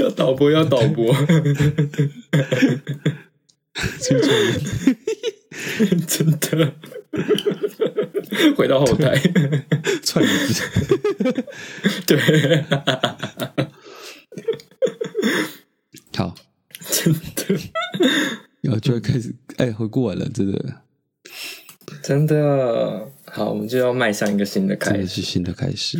[SPEAKER 2] 要导播，要导播，
[SPEAKER 1] 出错了
[SPEAKER 2] [LAUGHS] 真的。回到后 [LAUGHS] 台，
[SPEAKER 1] 串椅子，
[SPEAKER 2] 对，
[SPEAKER 1] 好，
[SPEAKER 2] 真
[SPEAKER 1] [LAUGHS]
[SPEAKER 2] 的，
[SPEAKER 1] 然后就会开始，哎、回顾完了，真的，
[SPEAKER 2] 真的。好，我们就要迈向一个新的
[SPEAKER 1] 真
[SPEAKER 2] 开
[SPEAKER 1] 的
[SPEAKER 2] 始。
[SPEAKER 1] 是新的开始。